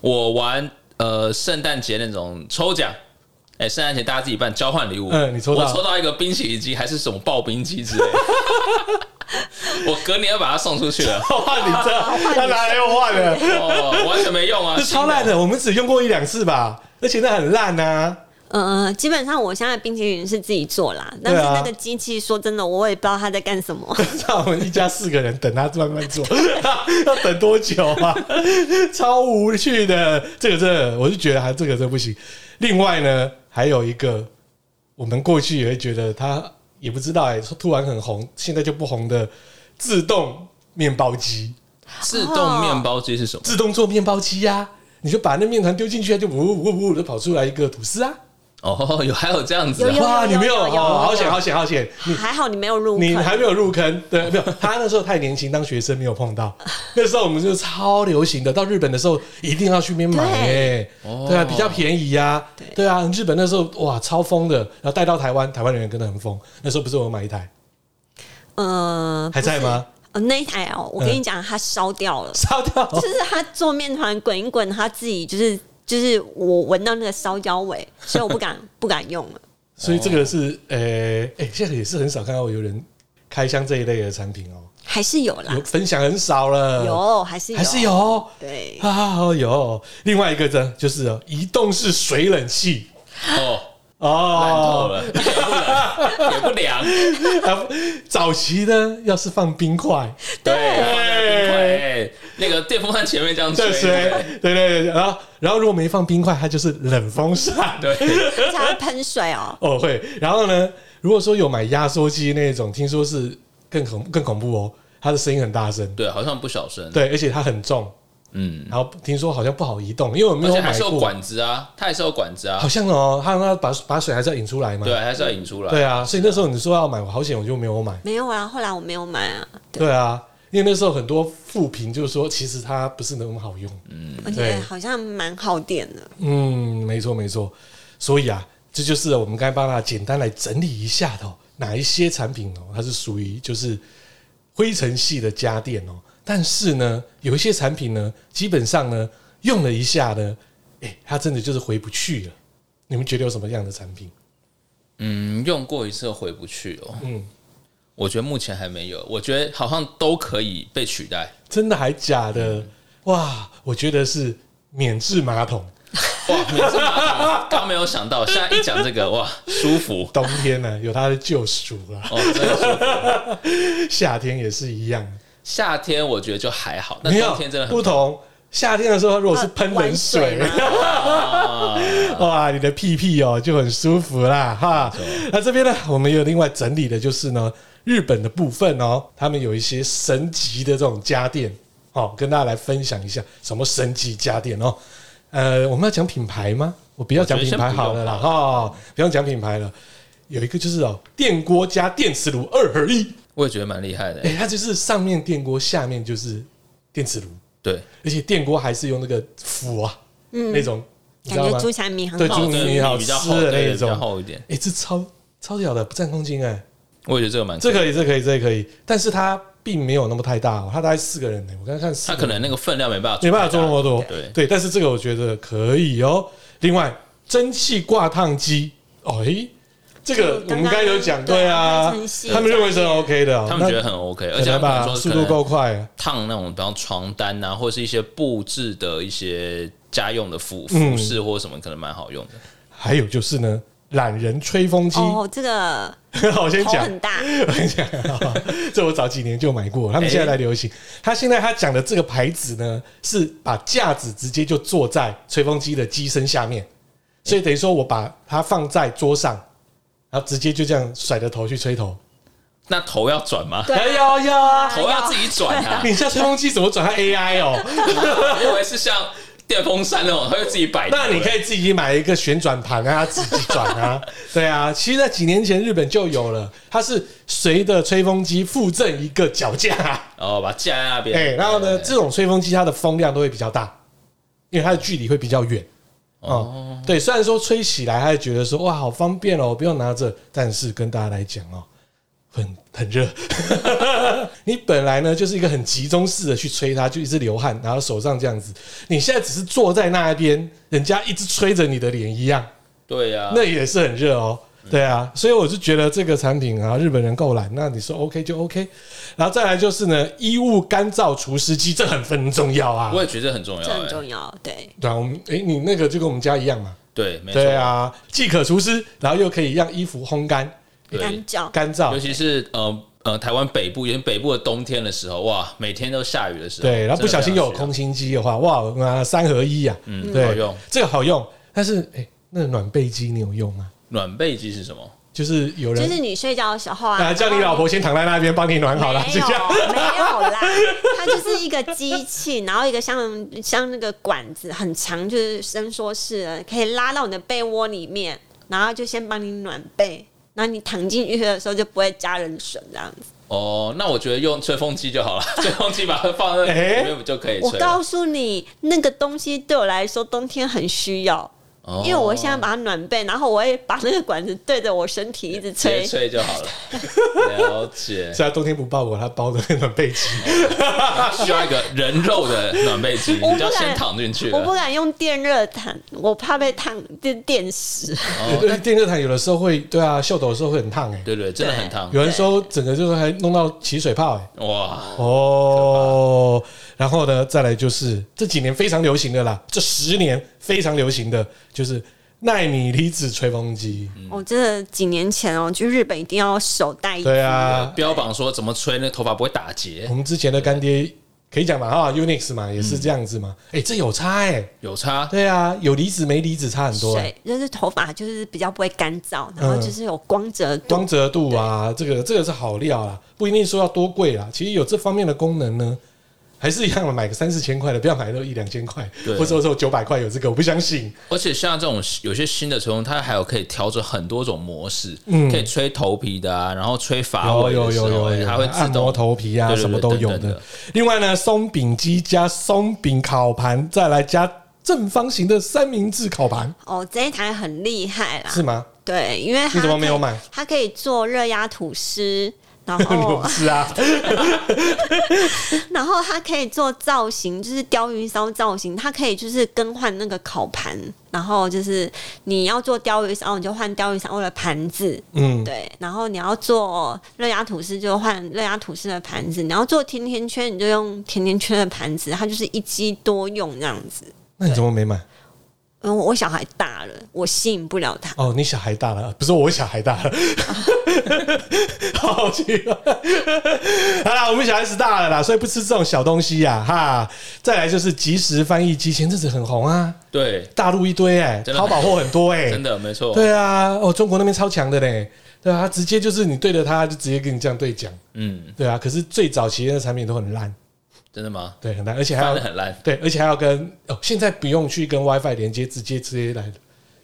[SPEAKER 2] 我玩呃圣诞节那种抽奖，哎、圣诞节大家自己办交换礼物，
[SPEAKER 1] 嗯你抽到
[SPEAKER 2] 我抽到一个冰淇淋机还是什么刨冰机之类
[SPEAKER 3] *laughs*
[SPEAKER 2] 的，我隔年要把它送出去了，
[SPEAKER 1] 换你 *laughs* 这他拿来又换 *laughs* 了，
[SPEAKER 2] 哦，完全没用啊，
[SPEAKER 1] 这 *laughs* 超烂的，我们只用过一两次吧，而且那很烂啊。
[SPEAKER 3] 呃，基本上我现在冰淇淋是自己做啦，但是
[SPEAKER 1] 对啊
[SPEAKER 3] 那个机器说真的，我也不知道它在干
[SPEAKER 1] *laughs*
[SPEAKER 3] 什么。
[SPEAKER 1] 让我们一家四个人等他慢慢做， *laughs* 要等多久啊？ *laughs* 超无趣的，这个真的，我就觉得还这个真不行。另外呢，还有一个，我们过去也会觉得他也不知道哎、突然很红，现在就不红的自动面包机，
[SPEAKER 2] 自动面包机是什么？
[SPEAKER 1] 自动做面包机呀、你就把那面团丢进去，它就呜呜呜呜的跑出来一个吐司啊！
[SPEAKER 2] 哦，有还有这样子、
[SPEAKER 3] 有有
[SPEAKER 2] 啊，
[SPEAKER 1] 哇，你没有
[SPEAKER 3] 有有有
[SPEAKER 1] 哦，好险
[SPEAKER 3] 有
[SPEAKER 1] 好险好险！你
[SPEAKER 3] 还好你没有入
[SPEAKER 1] 你
[SPEAKER 3] 坑
[SPEAKER 1] 还没有入坑，对，没有。他那时候太年轻，当学生没有碰到。 *laughs* 那时候我们就超流行的，到日本的时候一定要去那边买、欸，
[SPEAKER 2] 哦
[SPEAKER 1] 对啊，比较便宜呀、
[SPEAKER 3] 对
[SPEAKER 1] 对啊。日本那时候哇超疯的，然后带到台湾，台湾人也跟的很疯。那时候不是我买一台，
[SPEAKER 3] 呃，
[SPEAKER 1] 还在吗？
[SPEAKER 3] 呃，那一台哦，我跟你讲，它烧掉了，
[SPEAKER 1] 烧掉，
[SPEAKER 3] 就是它做面团滚一滚，它自己就是就是我闻到那个烧焦味，所以我不敢 *laughs* 不敢用了。
[SPEAKER 1] 所以这个是呃，哎、现在也是很少看到有人开箱这一类的产品哦、
[SPEAKER 3] 还是有啦
[SPEAKER 1] 有，分享很少了，
[SPEAKER 3] 啊有还是
[SPEAKER 1] 还是有哦
[SPEAKER 3] 对，
[SPEAKER 1] 啊，哦有。另外一个呢，就是哦移动式水冷气
[SPEAKER 2] 哦，烂透
[SPEAKER 1] 哦，
[SPEAKER 2] 了，一点不
[SPEAKER 3] 哦
[SPEAKER 2] 冷，也
[SPEAKER 1] *laughs*
[SPEAKER 2] 不凉，
[SPEAKER 1] 啊，早期呢，要是放冰块，
[SPEAKER 2] 对，
[SPEAKER 1] 对
[SPEAKER 2] 哎那个电风扇前面这样
[SPEAKER 1] 这
[SPEAKER 2] 吹，
[SPEAKER 1] 谁？对对对，然后然后如果没放冰块，它就是冷风扇，
[SPEAKER 2] 对。
[SPEAKER 3] 而且它会喷水哦，
[SPEAKER 1] 哦会。然后呢，如果说有买压缩机那种，听说是更恐更恐怖哦，它的声音很大声，
[SPEAKER 2] 对，好像不小声。
[SPEAKER 1] 对，而且它很重，
[SPEAKER 2] 嗯，
[SPEAKER 1] 然后听说好像不好移动，因为我没
[SPEAKER 2] 而
[SPEAKER 1] 有
[SPEAKER 2] 且还
[SPEAKER 1] 买
[SPEAKER 2] 是有
[SPEAKER 1] 过，
[SPEAKER 2] 管子啊，它还是有管子啊
[SPEAKER 1] 好，像哦，它它把把水还是要引出来嘛，
[SPEAKER 2] 对，还是要引出来。
[SPEAKER 1] 对啊，所以那时候你说要买，我好险我就没有买。
[SPEAKER 3] 没有啊，后来我没有买啊，对，
[SPEAKER 1] 对啊，因为那时候很多负评就是说，其实它不是那么好用。
[SPEAKER 3] 而
[SPEAKER 1] 嗯
[SPEAKER 3] 且
[SPEAKER 1] 对
[SPEAKER 3] 好像蛮耗电的。
[SPEAKER 1] 嗯，没错没错。所以啊，这就是我们刚才帮大家简单来整理一下的、哦，哪一些产品哦，它是属于就是灰尘系的家电哦。但是呢，有一些产品呢，基本上呢，用了一下呢，哎、它真的就是回不去了。你们觉得有什么样的产品？
[SPEAKER 2] 嗯，用过一次回不去哦。
[SPEAKER 1] 嗯
[SPEAKER 2] 嗯，我觉得目前还没有，我觉得好像都可以被取代。嗯
[SPEAKER 1] 真的还假的？哇，我觉得是免治马桶。
[SPEAKER 2] 哇，每次马桶刚没有
[SPEAKER 1] *laughs*
[SPEAKER 2] 想到，现在一讲这个哇，舒服
[SPEAKER 1] 冬天
[SPEAKER 2] *laughs*
[SPEAKER 1] 呢有它的救赎啦，
[SPEAKER 2] 哦，真的舒服。
[SPEAKER 1] 夏天也是一样。
[SPEAKER 2] 夏天我觉得就还好，但
[SPEAKER 1] 没有
[SPEAKER 2] 冬天真的很
[SPEAKER 1] 不同。夏天的时候，如果是喷冷水， *laughs*
[SPEAKER 3] 玩
[SPEAKER 2] 啊，
[SPEAKER 1] 哇，你的屁屁哦就很舒服啦，哈。那这边呢，我们有另外整理的就是呢，日本的部分哦，他们有一些神级的这种家电，哦，跟大家来分享一下什么神级家电哦。呃，我们要讲品牌吗？我不要讲品牌好了啦，哈、不用讲品牌了。有一个就是哦，电锅加电磁炉二合一，
[SPEAKER 2] 我也觉得蛮厉害的
[SPEAKER 1] 哎、。它就是上面电锅，下面就是电磁炉。
[SPEAKER 2] 对，
[SPEAKER 1] 而且电锅还是用那个釜啊，那种你知
[SPEAKER 3] 嗯感
[SPEAKER 1] 道
[SPEAKER 3] 觉
[SPEAKER 1] 吗？
[SPEAKER 3] 猪产品很
[SPEAKER 1] 对
[SPEAKER 3] 好
[SPEAKER 1] 猪。
[SPEAKER 2] 哦对
[SPEAKER 1] 你好
[SPEAKER 2] 比较
[SPEAKER 1] 吃
[SPEAKER 2] 厚，
[SPEAKER 1] 的
[SPEAKER 2] 对
[SPEAKER 1] 那
[SPEAKER 2] 比
[SPEAKER 1] 种
[SPEAKER 2] 较厚一点。
[SPEAKER 1] 哎、这超超屌的，不占空间哎、
[SPEAKER 2] 我也觉得这个蛮
[SPEAKER 1] 这
[SPEAKER 2] 酷的，
[SPEAKER 1] 可以，这可以，这可以，但是它并没有那么太大、哦，它大概四个人呢、我刚才看四
[SPEAKER 2] 它
[SPEAKER 1] 个
[SPEAKER 2] 可能那个分量没办法，
[SPEAKER 1] 没办法做那么多，
[SPEAKER 2] 对，
[SPEAKER 1] 对，但是这个我觉得可以哦。另外，蒸汽挂烫机，哦，诶、这个我们刚才有讲，
[SPEAKER 3] 对
[SPEAKER 1] 对啊
[SPEAKER 3] 啊它很细，
[SPEAKER 1] 他们认为是 OK 的、哦，
[SPEAKER 2] 他们觉得很 OK，
[SPEAKER 1] 那
[SPEAKER 2] 而且
[SPEAKER 1] 可能
[SPEAKER 2] 他们
[SPEAKER 1] 吧，
[SPEAKER 2] 说
[SPEAKER 1] 速
[SPEAKER 2] 可
[SPEAKER 1] 度
[SPEAKER 2] 能
[SPEAKER 1] 够快、啊，
[SPEAKER 2] 烫那种，比方床单啊，或者是一些布置的一些家用的服
[SPEAKER 1] 嗯
[SPEAKER 2] 服饰或什么，可能蛮好用的。
[SPEAKER 1] 还有就是呢，懒人吹风机， *laughs*
[SPEAKER 3] 哦，这个
[SPEAKER 1] 我先
[SPEAKER 3] 头
[SPEAKER 1] 讲，
[SPEAKER 3] 很大，
[SPEAKER 1] 我跟你讲， *laughs* 这我早几年就买过，他们现在在流行。他现在他讲的这个牌子呢，是把架子直接就坐在吹风机的机身下面，所以等于说我把它放在桌上，然后直接就这样甩着头去吹头。
[SPEAKER 2] 那头要转吗？
[SPEAKER 3] 对啊
[SPEAKER 1] 哎呀呀！
[SPEAKER 2] 头要自己转
[SPEAKER 3] *laughs*
[SPEAKER 2] 啊，
[SPEAKER 1] 你像吹风机怎么转？它 AI 哦， *laughs*
[SPEAKER 2] 我以为是像电风扇那种，它会自己摆。
[SPEAKER 1] 那你可以自己买一个旋转盘啊，自己转啊，对啊。其实，在几年前日本就有了，它是随着吹风机附赠一个脚架、
[SPEAKER 2] 哦，把它架在那边。
[SPEAKER 1] 哎、然后呢，
[SPEAKER 2] 对
[SPEAKER 1] 这种吹风机它的风量都会比较大，因为它的距离会比较远。哦、对，虽然说吹起来，还觉得说哇，好方便哦，不用拿着，但是跟大家来讲哦，很很热。 *laughs* 你本来呢就是一个很集中式的去吹它，就一直流汗，然后手上这样子，你现在只是坐在那边，人家一直吹着你的脸一样，
[SPEAKER 2] 对啊呀，
[SPEAKER 1] 那也是很热哦。对啊，所以我就觉得这个产品啊，日本人够懒，那你说 OK 就 OK。然后再来就是呢，衣物干燥除湿机，这很很重要啊
[SPEAKER 2] 我。也觉得很重要
[SPEAKER 3] 这很
[SPEAKER 2] 哎。
[SPEAKER 3] 重要。对，
[SPEAKER 1] 对啊，我们诶，你那个就跟我们家一样嘛。
[SPEAKER 2] 对，没错
[SPEAKER 1] 对。啊，既可除湿，然后又可以让衣服烘干、
[SPEAKER 2] 对
[SPEAKER 3] 干，
[SPEAKER 2] 啊
[SPEAKER 3] 燥，
[SPEAKER 1] 干燥
[SPEAKER 2] 尤。其是呃呃台湾北部，因为北部的冬天的时候，哇，每天都下雨的时候，
[SPEAKER 1] 对，然后不小心有空
[SPEAKER 2] 气，
[SPEAKER 1] 心机的话，哇，那三合一啊，
[SPEAKER 2] 嗯，好
[SPEAKER 1] 对
[SPEAKER 2] 用。，
[SPEAKER 1] 这个好用。但是诶，那个暖被机你有用吗？
[SPEAKER 2] 暖被机是什么？
[SPEAKER 1] 就是有
[SPEAKER 3] 就
[SPEAKER 1] 人
[SPEAKER 3] 是你睡觉的时候啊，
[SPEAKER 1] 啊，叫你老婆先躺在那边帮你 *laughs* 暖好了，
[SPEAKER 3] 没
[SPEAKER 1] 就
[SPEAKER 3] 有
[SPEAKER 1] 这样。
[SPEAKER 3] 没有啦，它就是一个机器，然后一个像像那个管子很长，就是伸缩式的，可以拉到你的被窝里面，然后就先帮你暖被，然后你躺进去的时候就不会加冷水这样子。
[SPEAKER 2] 哦，那我觉得用吹风机就好了， *laughs* 吹风机把它放在
[SPEAKER 1] 哎
[SPEAKER 2] 里面不就可以
[SPEAKER 3] 我
[SPEAKER 2] 吹了？
[SPEAKER 3] 告诉你，那个东西对我来说冬天很需要。
[SPEAKER 2] 哦
[SPEAKER 3] 因为我现在把它暖被，然后我会把那个管子对着我身体一直
[SPEAKER 2] 直接吹
[SPEAKER 3] 吹，
[SPEAKER 2] 就好了。了解，
[SPEAKER 1] 虽然冬天不抱我，他包的那暖被机。
[SPEAKER 2] 需要一个人肉的暖被机，
[SPEAKER 3] 我不敢
[SPEAKER 2] 你就要先躺进去了。
[SPEAKER 3] 我不敢用电热毯，我怕被烫电电死。
[SPEAKER 2] 哦，
[SPEAKER 1] 对，电热毯有的时候会，对啊，秀抖的时候会很烫哎、
[SPEAKER 2] 对啊对，真的很烫。
[SPEAKER 1] 有人说整个就是还弄到起水泡哎、
[SPEAKER 2] 哇，
[SPEAKER 1] 哦，然后呢，再来就是这几年非常流行的啦，这十年非常流行的就是纳米离子吹风机，
[SPEAKER 2] 嗯
[SPEAKER 3] 我哦真的几年前哦，去日本一定要手带一
[SPEAKER 1] 对啊，
[SPEAKER 2] 标榜说怎么吹那个头发不会打结
[SPEAKER 1] 我，们之前的干爹可以讲嘛哈，Unix 嘛也是这样子嘛，哎、这有差哎、
[SPEAKER 2] 有差。
[SPEAKER 1] 对啊，有离子没离子差很多、哎
[SPEAKER 3] 水，就是头发就是比较不会干燥，然后就是有光泽度。
[SPEAKER 1] 光泽度啊，这个这个是好料啦，不一定说要多贵啊啦。其实有这方面的功能呢，还是一样的，买个三四千块的，不要买到一两千块，
[SPEAKER 2] 对
[SPEAKER 1] 或者说九百块有这个，我不相信。
[SPEAKER 2] 而且像这种有些新的吹风，它还有可以调整很多种模式，可以吹头皮的啊，然后吹发
[SPEAKER 1] 有
[SPEAKER 2] 尾
[SPEAKER 1] 有
[SPEAKER 2] 的时
[SPEAKER 1] 有
[SPEAKER 2] 候，
[SPEAKER 1] 有
[SPEAKER 2] 哎
[SPEAKER 1] 有，
[SPEAKER 2] 它会自
[SPEAKER 1] 按摩
[SPEAKER 2] 动
[SPEAKER 1] 头皮啊，
[SPEAKER 2] 对对对
[SPEAKER 1] 什么都有
[SPEAKER 2] 等等
[SPEAKER 1] 的
[SPEAKER 2] 的。
[SPEAKER 1] 另外呢，松饼机加松饼烤盘，再来加正方形的三明治烤盘，
[SPEAKER 3] 哦，这一台很厉害啦，
[SPEAKER 1] 是吗？
[SPEAKER 3] 对，因为它
[SPEAKER 1] 你怎么没有
[SPEAKER 3] 可以
[SPEAKER 1] 买？
[SPEAKER 3] 它可以做热压吐司，
[SPEAKER 1] *laughs*
[SPEAKER 3] 然
[SPEAKER 2] 哦
[SPEAKER 1] 你
[SPEAKER 3] 后
[SPEAKER 1] 不是啊？
[SPEAKER 3] *laughs* 然后它可以做造型，就是鲷鱼烧造型，它可以就是更换那个烤盘，然后就是你要做鲷鱼烧，你就换鲷鱼烧的盘子，
[SPEAKER 1] 嗯，
[SPEAKER 3] 对，然后你要做热压吐司就换热压吐司的盘子，你要做甜甜圈你就用甜甜圈的盘子，它就是一机多用这样子。
[SPEAKER 1] 那你怎么没买？
[SPEAKER 3] 嗯，我小孩大了，我吸引不了他。
[SPEAKER 1] 哦，你小孩大了，不是我小孩大了， *laughs* 好好奇怪。好啦，我们小孩子大了啦，所以不吃这种小东西呀、哈。再来就是即时翻译机，前阵子很红啊，
[SPEAKER 2] 对，
[SPEAKER 1] 大陆一堆哎、
[SPEAKER 2] 真的
[SPEAKER 1] 淘宝货很多哎、
[SPEAKER 2] *laughs* 真的没错，
[SPEAKER 1] 对啊，哦，中国那边超强的嘞，对啊，他直接就是你对着他，他就直接跟你这样对讲，
[SPEAKER 2] 嗯，
[SPEAKER 1] 对啊。可是最早期的产品都很烂，
[SPEAKER 2] 真的吗？
[SPEAKER 1] 对，很烂，而且还
[SPEAKER 2] 翻
[SPEAKER 1] 要
[SPEAKER 2] 的很烂，
[SPEAKER 1] 对，而且还要跟哦，现在不用去跟 WiFi 连接，直接直接来的。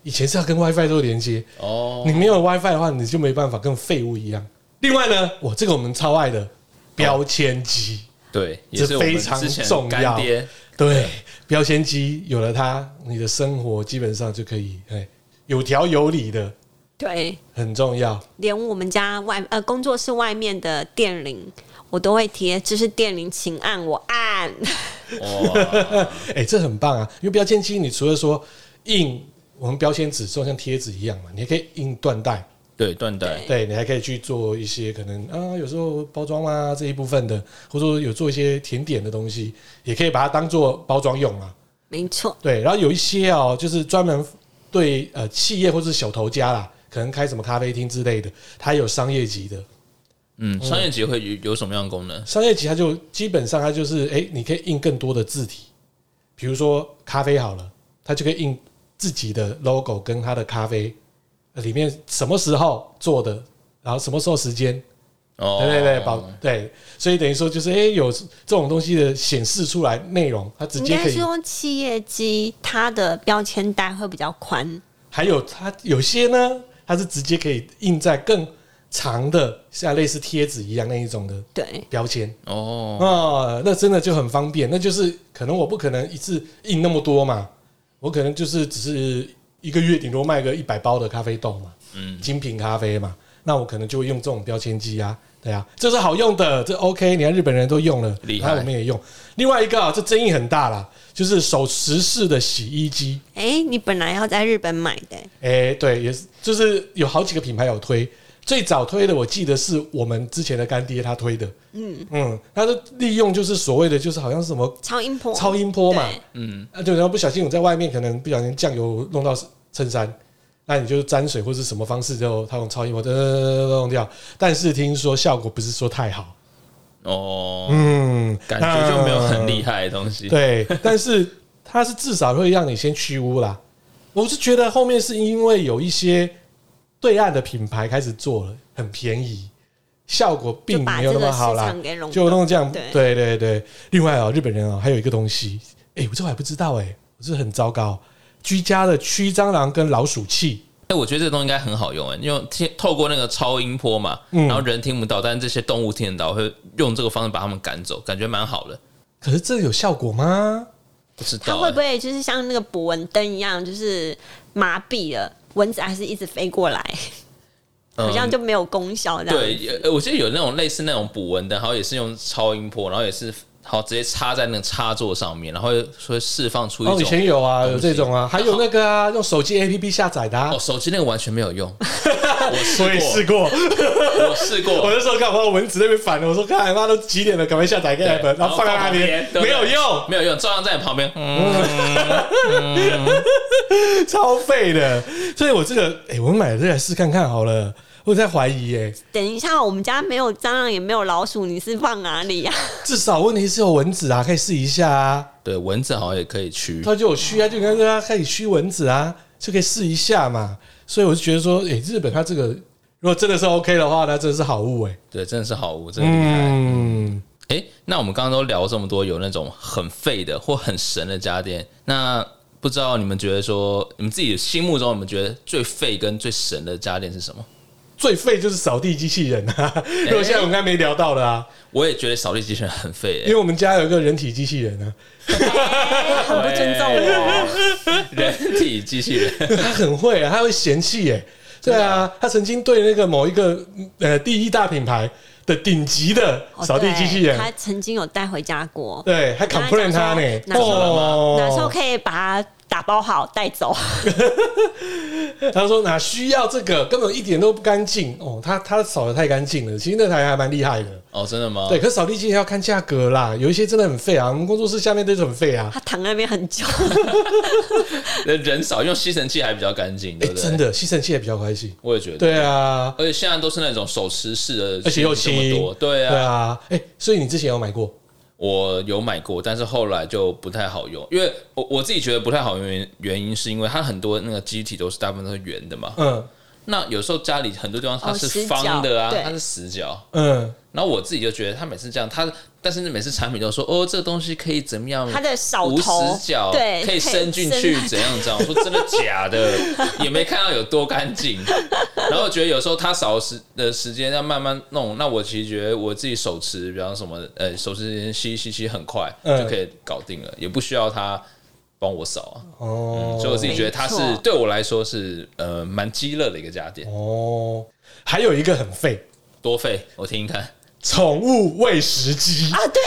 [SPEAKER 1] 以前是要跟 WiFi 做连接，
[SPEAKER 2] 哦
[SPEAKER 1] 你，没有 WiFi 的话，你就没办法跟废物一样。另外呢，我这个我们超爱的标签机，
[SPEAKER 2] 对，也是我
[SPEAKER 1] 非
[SPEAKER 2] 们
[SPEAKER 1] 常
[SPEAKER 2] 之前
[SPEAKER 1] 重要
[SPEAKER 2] 干爹，
[SPEAKER 1] 对，标签机有了它，你的生活基本上就可以哎有条有理的，
[SPEAKER 3] 对，
[SPEAKER 1] 很重要。
[SPEAKER 3] 连我们家外呃工作室外面的电铃，我都会贴，这是电铃，请按，我按。 *laughs*
[SPEAKER 2] 哇，
[SPEAKER 1] 哎、这很棒啊！因为标签机，你除了说印我们标签纸，就像贴纸一样嘛，你还可以印缎带，
[SPEAKER 2] 对，断代，
[SPEAKER 1] 对你还可以去做一些可能啊，有时候包装啊这一部分的，或者说有做一些甜点的东西，也可以把它当做包装用啊。
[SPEAKER 3] 没错，
[SPEAKER 1] 对，然后有一些哦，就是专门对呃企业或是小头家啦，可能开什么咖啡厅之类的，它有商业级的，
[SPEAKER 2] 嗯，商业级会有有什么样的功能？
[SPEAKER 1] 商业级它就基本上它就是哎、诶你可以印更多的字体，比如说咖啡好了，它就可以印自己的 logo 跟它的咖啡呃里面什么时候做的，然后什么时候时间，
[SPEAKER 2] 哦，
[SPEAKER 1] 对对对，保对，所以等于说就是哎、诶有这种东西的显示出来内容，它直
[SPEAKER 3] 应
[SPEAKER 1] 接
[SPEAKER 3] 该
[SPEAKER 1] 可
[SPEAKER 3] 是
[SPEAKER 1] 以，
[SPEAKER 3] 用企业机，它的标签带会比较宽。
[SPEAKER 1] 还有它有些呢，它是直接可以印在更长的，像类似贴纸一样那一种的
[SPEAKER 3] 对，
[SPEAKER 1] 标签。
[SPEAKER 2] 哦，
[SPEAKER 1] 哦，那真的就很方便。那就是可能我不可能一次印那么多嘛，我可能就是只是一个月顶多卖个一百包的咖啡豆嘛，嗯，精品咖啡嘛，那我可能就会用这种标签机啊，对啊，这是好用的，这 OK，你看日本人都用了，
[SPEAKER 2] 厉害
[SPEAKER 1] 然后我们也用。另外一个啊，这争议很大啦，就是手持式的洗衣机，
[SPEAKER 3] 哎、你本来要在日本买的、
[SPEAKER 1] 哎、对，也是，就是有好几个品牌有推。最早推的，我记得是我们之前的干爹他推的，嗯嗯，他的利用就是所谓的就是好像是什么
[SPEAKER 3] 超音波，
[SPEAKER 1] 超音波嘛
[SPEAKER 3] 对，
[SPEAKER 2] 嗯，
[SPEAKER 1] 啊，对，然后不小心我在外面可能不小心酱油弄到衬衫，那你就沾水或是什么方式就它用超音波噔噔噔噔弄掉，但是听说效果不是说太好，
[SPEAKER 2] 哦，
[SPEAKER 1] 嗯，
[SPEAKER 2] 嗯感觉就没有很厉害的东西
[SPEAKER 1] 那，对，但是它是至少会让你先去污啦。我是觉得后面是因为有一些对岸的品牌开始做了，很便宜，效果
[SPEAKER 3] 就
[SPEAKER 1] 并
[SPEAKER 3] 把
[SPEAKER 1] 没
[SPEAKER 3] 这
[SPEAKER 1] 有那
[SPEAKER 3] 个
[SPEAKER 1] 么
[SPEAKER 3] 市
[SPEAKER 1] 好啦
[SPEAKER 3] 场。给垄
[SPEAKER 1] 就
[SPEAKER 3] 断。
[SPEAKER 1] 弄这样，
[SPEAKER 3] 对
[SPEAKER 1] 对对对。另外哦，日本人哦，还有一个东西，哎、我这我还不知道哎、我这很糟糕。居家的驱蟑螂跟老鼠器，
[SPEAKER 2] 哎、我觉得这个东西应该很好用哎、因为听透过那个超音波嘛，
[SPEAKER 1] 嗯
[SPEAKER 2] 然后人听不到，但是这些动物听得到，会用这个方式把它们赶走，感觉蛮好的。
[SPEAKER 1] 可是这有效果吗？
[SPEAKER 2] 不知
[SPEAKER 3] 它
[SPEAKER 2] 道、
[SPEAKER 3] 会不
[SPEAKER 2] 欸，
[SPEAKER 3] 会就是像那个捕蚊灯一样，就是麻痹了，蚊子还是一直飞过来，好像就没有功效这样。
[SPEAKER 2] 对，有我记得有那种类似那种捕蚊灯，然后也是用超音波，然后也是好直接插在那个插座上面，然后会会释放出一
[SPEAKER 1] 哦，以
[SPEAKER 2] 种
[SPEAKER 1] 前有啊，
[SPEAKER 2] 东西
[SPEAKER 1] 有这种啊，还有那个啊，用手机 APP 下载的、啊
[SPEAKER 2] 哦，手机那个完全没有用，
[SPEAKER 1] *laughs*
[SPEAKER 2] 我试过，
[SPEAKER 1] 过。
[SPEAKER 2] 我试
[SPEAKER 1] *laughs* 我
[SPEAKER 2] 过，
[SPEAKER 1] 那时候看我蚊子那边反了，我说看妈都几点了，赶快下载一个 app，
[SPEAKER 2] 对
[SPEAKER 1] 然后放在那边
[SPEAKER 2] 然后放旁边对
[SPEAKER 1] 没有用， *laughs*
[SPEAKER 2] 没有用，照样在你旁边，嗯，
[SPEAKER 1] 超废的。所以我这个，哎、我买了这个来试看看好了。我在怀疑、哎，
[SPEAKER 3] 等一下，我们家没有蟑螂，也没有老鼠，你是放哪里呀、啊
[SPEAKER 1] 至少问题是有蚊子啊，可以试一下啊。
[SPEAKER 2] 对，蚊子好像也可以驱，
[SPEAKER 1] 他就有驱啊，就跟大家开始驱蚊子啊，就可以试一下嘛。所以我就觉得说，诶，日本它这个如果真的是 OK 的话，那真的是好物哎诶。
[SPEAKER 2] 对，真的是好无，真的厉害。
[SPEAKER 1] 嗯，
[SPEAKER 2] 哎、那我们刚刚都聊了这么多，有那种很废的或很神的家电，那不知道你们觉得说，你们自己心目中你们觉得最废跟最神的家电是什么？
[SPEAKER 1] 最废就是扫地机器人啊， *laughs* 如果现在我们刚才没聊到的啊，
[SPEAKER 2] 我也觉得扫地机器人很废、
[SPEAKER 1] 因为我们家有一个人体机器人啊，
[SPEAKER 3] 很不尊重我。
[SPEAKER 2] 欸， *laughs* 人体机器人， *laughs*
[SPEAKER 1] 他很会啊，他会嫌弃诶。对啊，他曾经对那个某一个呃第一大品牌的顶级的
[SPEAKER 3] 哦
[SPEAKER 1] *laughs* 扫地机器人
[SPEAKER 3] 对，他曾经有带回家过，
[SPEAKER 1] 对，还
[SPEAKER 3] 跟他
[SPEAKER 1] complain 他
[SPEAKER 3] 讲说
[SPEAKER 1] 呢，
[SPEAKER 3] 哪时候
[SPEAKER 1] 哦
[SPEAKER 3] 哪时候可以把它打包好带走。 *laughs*
[SPEAKER 1] 他说哪需要这个，根本一点都不干净哦。他他扫的太干净了，其实那台还蛮厉害的。
[SPEAKER 2] 哦，真的吗？
[SPEAKER 1] 对，可是扫地机也要看价格啦，有一些真的很废啊。我们工作室下面都是很废啊。
[SPEAKER 3] 他躺在那边很
[SPEAKER 1] *laughs*
[SPEAKER 3] 久，
[SPEAKER 2] 人人少，用吸尘器还比较干净，
[SPEAKER 1] 哎、
[SPEAKER 2] 对不对？
[SPEAKER 1] 真，的吸尘器也比较开心。
[SPEAKER 2] 我也觉得。
[SPEAKER 1] 对啊，
[SPEAKER 2] 而且现在都是那种手持式的，
[SPEAKER 1] 而且又
[SPEAKER 2] 这么
[SPEAKER 1] 轻
[SPEAKER 2] 多，对
[SPEAKER 1] 对
[SPEAKER 2] 啊，
[SPEAKER 1] 啊，哎、所以你之前有买过？
[SPEAKER 2] 我有买过，但是后来就不太好用，因为我我自己觉得不太好用原因原因是因为它很多那个机体都是大部分都是圆的嘛，
[SPEAKER 1] 嗯
[SPEAKER 2] 那有时候家里很多地方它
[SPEAKER 3] 哦
[SPEAKER 2] 是
[SPEAKER 3] 死
[SPEAKER 2] 方的啊，
[SPEAKER 3] 角对
[SPEAKER 2] 它是死角，
[SPEAKER 1] 嗯，
[SPEAKER 2] 然后我自己就觉得它每次这样，它但是每次产品都说哦这个东西可以怎么样，
[SPEAKER 3] 他的手
[SPEAKER 2] 无
[SPEAKER 3] 头
[SPEAKER 2] 死角，
[SPEAKER 3] 对，
[SPEAKER 2] 可以伸进去
[SPEAKER 3] 伸
[SPEAKER 2] 怎样怎样？我说真的假的？
[SPEAKER 3] *laughs*
[SPEAKER 2] 也没看到有多干净。然后我觉得有时候他少时的时间要慢慢弄，那我其实觉得我自己手持，比方什么呃手持吸吸吸很快
[SPEAKER 1] 嗯
[SPEAKER 2] 就可以搞定了，也不需要他帮我扫啊。
[SPEAKER 1] 哦，
[SPEAKER 2] 所以我自己觉得它是
[SPEAKER 3] 没错
[SPEAKER 2] 对我来说是呃蛮鸡肋的一个家电，
[SPEAKER 1] 哦，还有一个很废，
[SPEAKER 2] 多费我听听看。
[SPEAKER 1] 宠物喂食机，
[SPEAKER 3] 啊，对，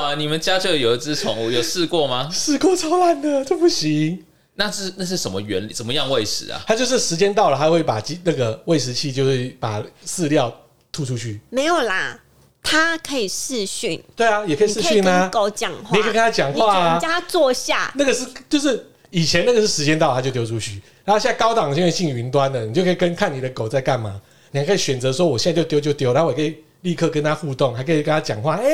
[SPEAKER 2] 哇，你们家就有一只宠物，有试过吗？
[SPEAKER 1] 试过超烂的，这不行。
[SPEAKER 2] 那是那是什么原理？怎么样喂食啊？
[SPEAKER 1] 它就是时间到了，它会把鸡那个喂食器，就是把饲料吐出去。
[SPEAKER 3] 没有啦，他可以视讯，
[SPEAKER 1] 对啊，也可以
[SPEAKER 3] 你
[SPEAKER 1] 视
[SPEAKER 3] 可以
[SPEAKER 1] 讯啊
[SPEAKER 3] 跟。狗讲话，
[SPEAKER 1] 你可以跟它讲话啊
[SPEAKER 3] 你叫他坐下，
[SPEAKER 1] 那个是就是以前那个是时间到了它就丢出去，然后现在高档现在进云端了，你就可以跟看你的狗在干嘛，你还可以选择说我现在就丢就丢，然后我可以立刻跟它互动，还可以跟它讲话，哎、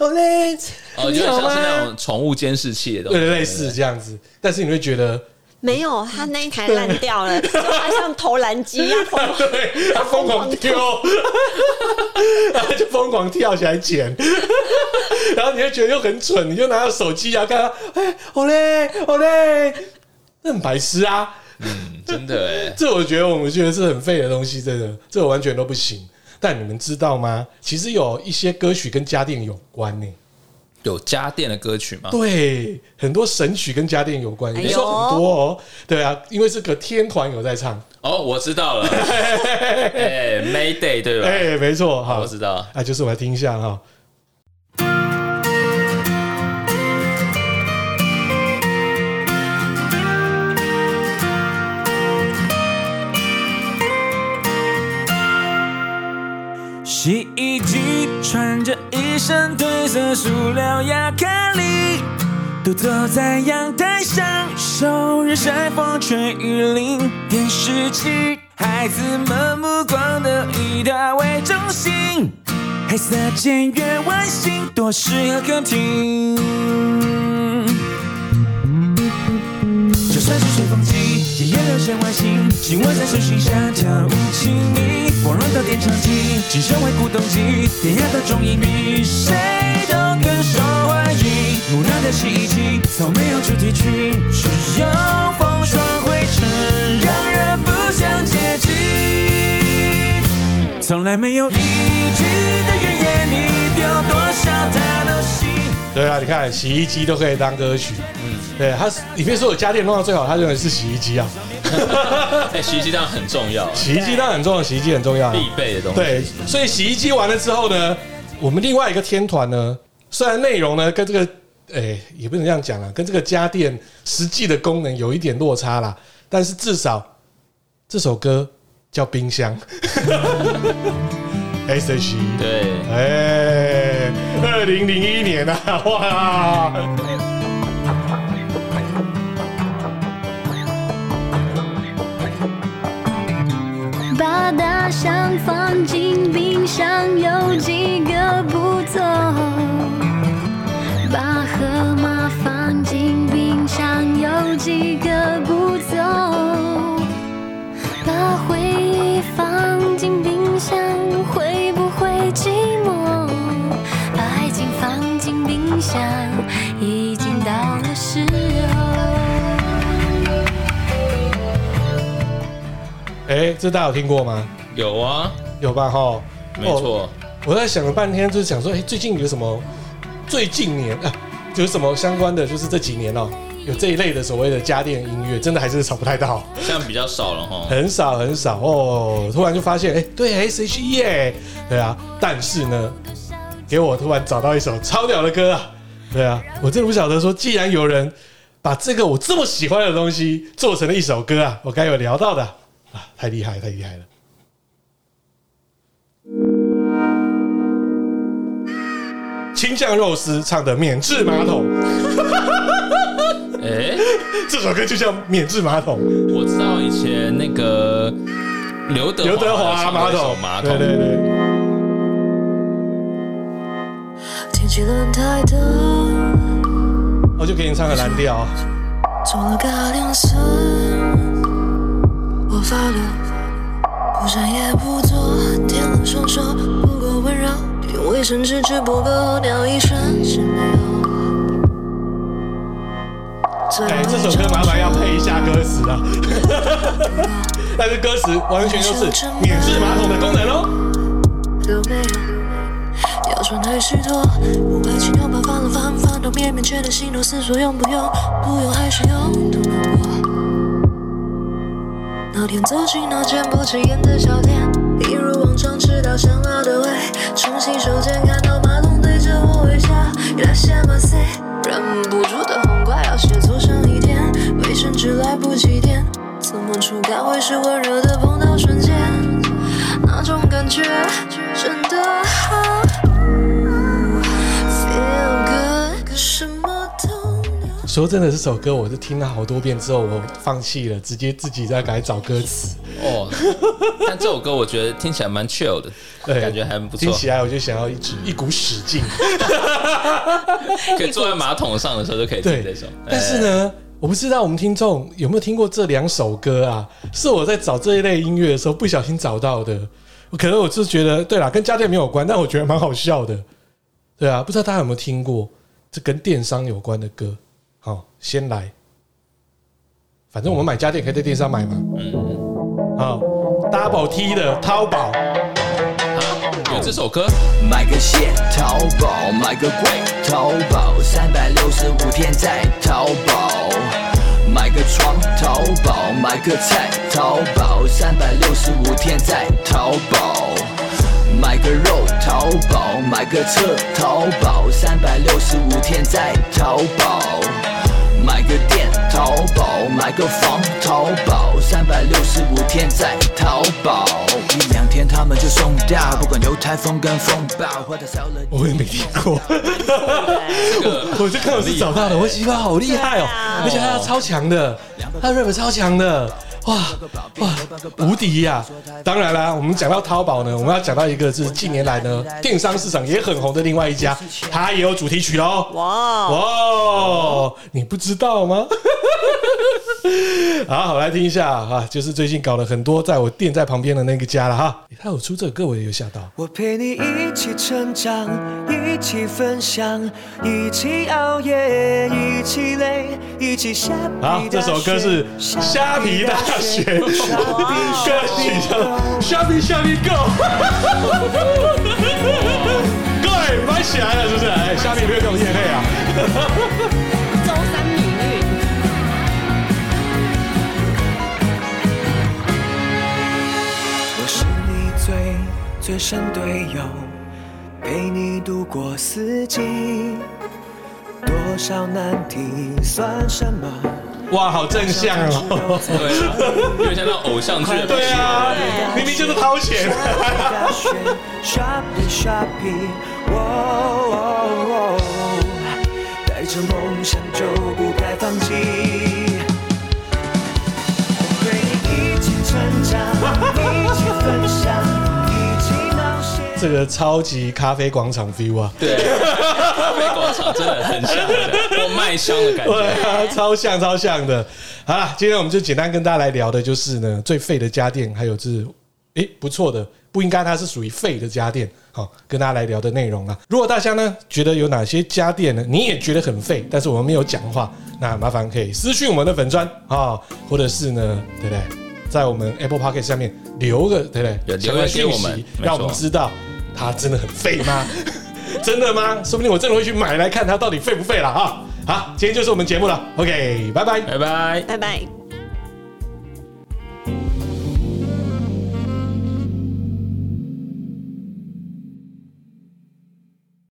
[SPEAKER 1] 我嘞，
[SPEAKER 2] 哦，有
[SPEAKER 1] 你
[SPEAKER 2] 点
[SPEAKER 1] 好
[SPEAKER 2] 像是
[SPEAKER 1] *laughs*
[SPEAKER 2] 那
[SPEAKER 1] 吗？
[SPEAKER 2] 种宠物监视器的东西，
[SPEAKER 1] 啊对，类似这样子，但是你会觉得，
[SPEAKER 3] 没有，他那一台烂
[SPEAKER 1] *laughs*
[SPEAKER 3] 掉了，就他像投篮机一样，
[SPEAKER 1] 对，它疯狂丢， *laughs* 然后就疯狂跳起来捡， *laughs* 然后你会觉得又很蠢，你就拿到手机啊，看它，哎、我嘞，我嘞，那很白痴啊，
[SPEAKER 2] 嗯 *laughs* 真的哎，
[SPEAKER 1] 这我觉得我们觉得是很废的东西，真的，这我完全都不行。但你们知道吗？其实有一些歌曲跟家电有关呢、
[SPEAKER 2] 有家电的歌曲吗？
[SPEAKER 1] 对，很多神曲跟家电有关，
[SPEAKER 3] 哎
[SPEAKER 1] 也不
[SPEAKER 3] 呦
[SPEAKER 1] 是说很多哦。对啊，因为这个天团有在唱，
[SPEAKER 2] 哦，我知道
[SPEAKER 1] *laughs*
[SPEAKER 2] 了，哎，Mayday 对吧？
[SPEAKER 1] 哎、没错，好
[SPEAKER 2] 我，知道，
[SPEAKER 1] 啊，就是我来听一下哈、
[SPEAKER 4] 洗衣机穿着一身褪色塑料亚克力，独坐在阳台上，受日晒风吹雨淋。电视机，孩子们目光都以它为中心，黑色简约外形多适合客厅。就算是吹风机，也留显外形。希望在休息下跳舞亲密，光荣的点唱机，只剩回古董机，典雅的中音比谁都更受欢迎。木讷的洗衣机，从没有主题曲，只有风霜灰尘，让人不想接近。从来没有一句的怨言，你丢多少他都信。
[SPEAKER 1] 对啊，你看洗衣机都可以当歌曲，嗯，对，它是里面所有家电弄到最好，它永远是洗衣机啊。
[SPEAKER 2] 哎，洗衣机当然很重
[SPEAKER 1] *laughs*
[SPEAKER 2] 要，啊
[SPEAKER 1] 洗衣机当然很重要，洗衣机很重要、啊，
[SPEAKER 2] 必备的东西。
[SPEAKER 1] 对，所以洗衣机完了之后呢，我们另外一个天团呢，虽然内容呢跟这个，诶、也不能这样讲啦，啊跟这个家电实际的功能有一点落差啦，但是至少这首歌叫冰箱 *laughs* ，S H E，
[SPEAKER 2] 对，
[SPEAKER 1] 哎，二零零一年啊，哇！
[SPEAKER 5] 把大象放进冰箱有几个步骤？把河马放进冰箱有几个步骤？把回忆放进冰箱会不会寂寞？把爱情放进冰箱已经到了时候。
[SPEAKER 1] 哎、这大家有听过吗？
[SPEAKER 2] 有啊，
[SPEAKER 1] 有吧？哈，哦
[SPEAKER 2] 没错，
[SPEAKER 1] 我在想了半天，就是想说，哎、最近有什么？最近年啊，有什么相关的？就是这几年哦、有这一类的所谓的家电音乐，真的还是找不太到，
[SPEAKER 2] 现在比较少了
[SPEAKER 1] *laughs*
[SPEAKER 2] 哈。
[SPEAKER 1] 很少很少哦。突然就发现，哎、对，S H E 耶，对啊。但是呢，给我突然找到一首超屌的歌啊，对啊，我真的不晓得说，既然有人把这个我这么喜欢的东西做成了一首歌啊！我该有聊到的啊，太厉害，太厉害了！青酱肉丝唱的《免治马桶》，
[SPEAKER 2] 哎、
[SPEAKER 1] 这首歌就叫《免治马桶》，
[SPEAKER 2] 我知道以前那个刘德
[SPEAKER 1] 刘德华
[SPEAKER 2] 马
[SPEAKER 1] 马桶，
[SPEAKER 2] 马
[SPEAKER 1] 对
[SPEAKER 2] 桶，
[SPEAKER 1] 对对，
[SPEAKER 6] 天气轮胎灯，
[SPEAKER 1] 我就给你唱个蓝调啊，
[SPEAKER 6] 做了个铃声，我发了，不闪也不躲，天冷双手不够温柔，用卫生纸只不够尿一身是没有。最
[SPEAKER 1] 哎，这首歌麻烦要配一下歌词啊， *laughs* 但是歌词完全就是免治马桶的功能哦。
[SPEAKER 6] 都没有。要说太虚脱，不爱情又把翻了翻，翻到面面，觉得心头思索用不用，不用还是用，都难过。那天走进那间不起眼的小店，一如往常吃到想要的味，冲洗手间看到马桶对着我微笑，拉下马塞，忍不住的红怪要写作上一天，卫生纸来不及垫，怎么触感会是温柔的碰到瞬间，那种感觉真的好。Feel good，可什么都没有。
[SPEAKER 1] 说真的，这首歌我是听了好多遍之后，我放弃了，直接自己在改找歌词。
[SPEAKER 2] 哦，但这首歌我觉得听起来蛮 chill 的，
[SPEAKER 1] 对，
[SPEAKER 2] 感觉还不错
[SPEAKER 1] 听，起来我就想要一直一股使劲。
[SPEAKER 2] 可以坐在马桶上的时候就可以听这
[SPEAKER 1] 对
[SPEAKER 2] 首。，
[SPEAKER 1] 但是
[SPEAKER 2] 哎，
[SPEAKER 1] 呢，我不知道我们听众有没有听过这两首歌啊？是我在找这一类音乐的时候不小心找到的。可能我是觉得，对啦，跟家电没有关，但我觉得蛮好笑的。对啊，不知道大家有没有听过这跟电商有关的歌？好，先来。反正我们买家电可以在电商买嘛。
[SPEAKER 2] 嗯，
[SPEAKER 1] 啊，Double T 的淘宝，
[SPEAKER 2] 哎有这首歌，
[SPEAKER 7] 买个线，淘宝；买个贵，淘宝；三百六十五天在淘宝。买个床，淘宝；买个菜，淘宝；三百六十五天在淘宝。买个肉，淘宝；买个车，淘宝；三百六十五天在淘宝。买个店，淘宝；买个房，淘宝；三百六十五天在淘宝。一两天他们就送到，不管有台风跟风暴，或者少了。
[SPEAKER 1] 我也没听过。 *laughs* 我就看我是找到了，我喜欢好厉害哦
[SPEAKER 3] 对啊，
[SPEAKER 1] 而且他超强的，他 rap 超强的，哇哇无敌呀、当然啦，我们讲到淘宝呢，我们要讲到一个就是近年来呢电商市场也很红的另外一家，它也有主题曲喽。
[SPEAKER 3] 哇，哦
[SPEAKER 1] 哦哇，你不知道吗？ *laughs* 好，好来听一下啊，就是最近搞了很多在我店在旁边的那个家了哈，他有出这个歌，我也有吓到。
[SPEAKER 8] 我陪你一起成长，一起分享，一起熬夜，一起累，一起下皮大
[SPEAKER 1] 好，
[SPEAKER 8] 雪。
[SPEAKER 1] 这首歌是《虾皮大学》歌曲
[SPEAKER 8] 虾皮
[SPEAKER 1] 叫《虾皮虾皮 Go》，各位买起来了是不是？哎，虾皮没有给我夜配啊！
[SPEAKER 3] 周三米韵，
[SPEAKER 8] 我是你最最深队友，陪你度过四季。多少难题算什么？
[SPEAKER 1] 哇，好正向哦！
[SPEAKER 2] 对啊，有点像那种偶像剧的。
[SPEAKER 1] 对啊，明明就是掏钱。
[SPEAKER 8] Shopping shopping，哦哦哦带着梦想就不该放弃。我陪你一起成长，一起分享，一起冒险。
[SPEAKER 1] 这个超级咖啡广场 view 啊！ *laughs*
[SPEAKER 2] 对，美广场真的很像，我卖香的感
[SPEAKER 1] 对
[SPEAKER 2] 觉。
[SPEAKER 1] 啊，超像超像的。好了，今天我们就简单跟大家来聊的就是呢，最废的家电，还有就是诶不错的，不应该它是属于废的家电。好，跟大家来聊的内容啦。如果大家呢觉得有哪些家电呢，你也觉得很废，但是我们没有讲话，那麻烦可以私讯我们的粉砖啊，或者是呢，对不对？在我们 Apple p o c k e t 下面留个对不
[SPEAKER 2] 有
[SPEAKER 1] 对？
[SPEAKER 2] 留言给我们
[SPEAKER 1] 相关讯息
[SPEAKER 2] 没错
[SPEAKER 1] 让我们知道它真的很废吗？ *laughs* 真的吗？说不定我真的会去买来看它到底废不废了啊！好，今天就是我们节目了，OK，拜拜。
[SPEAKER 2] 拜拜。
[SPEAKER 3] 拜拜。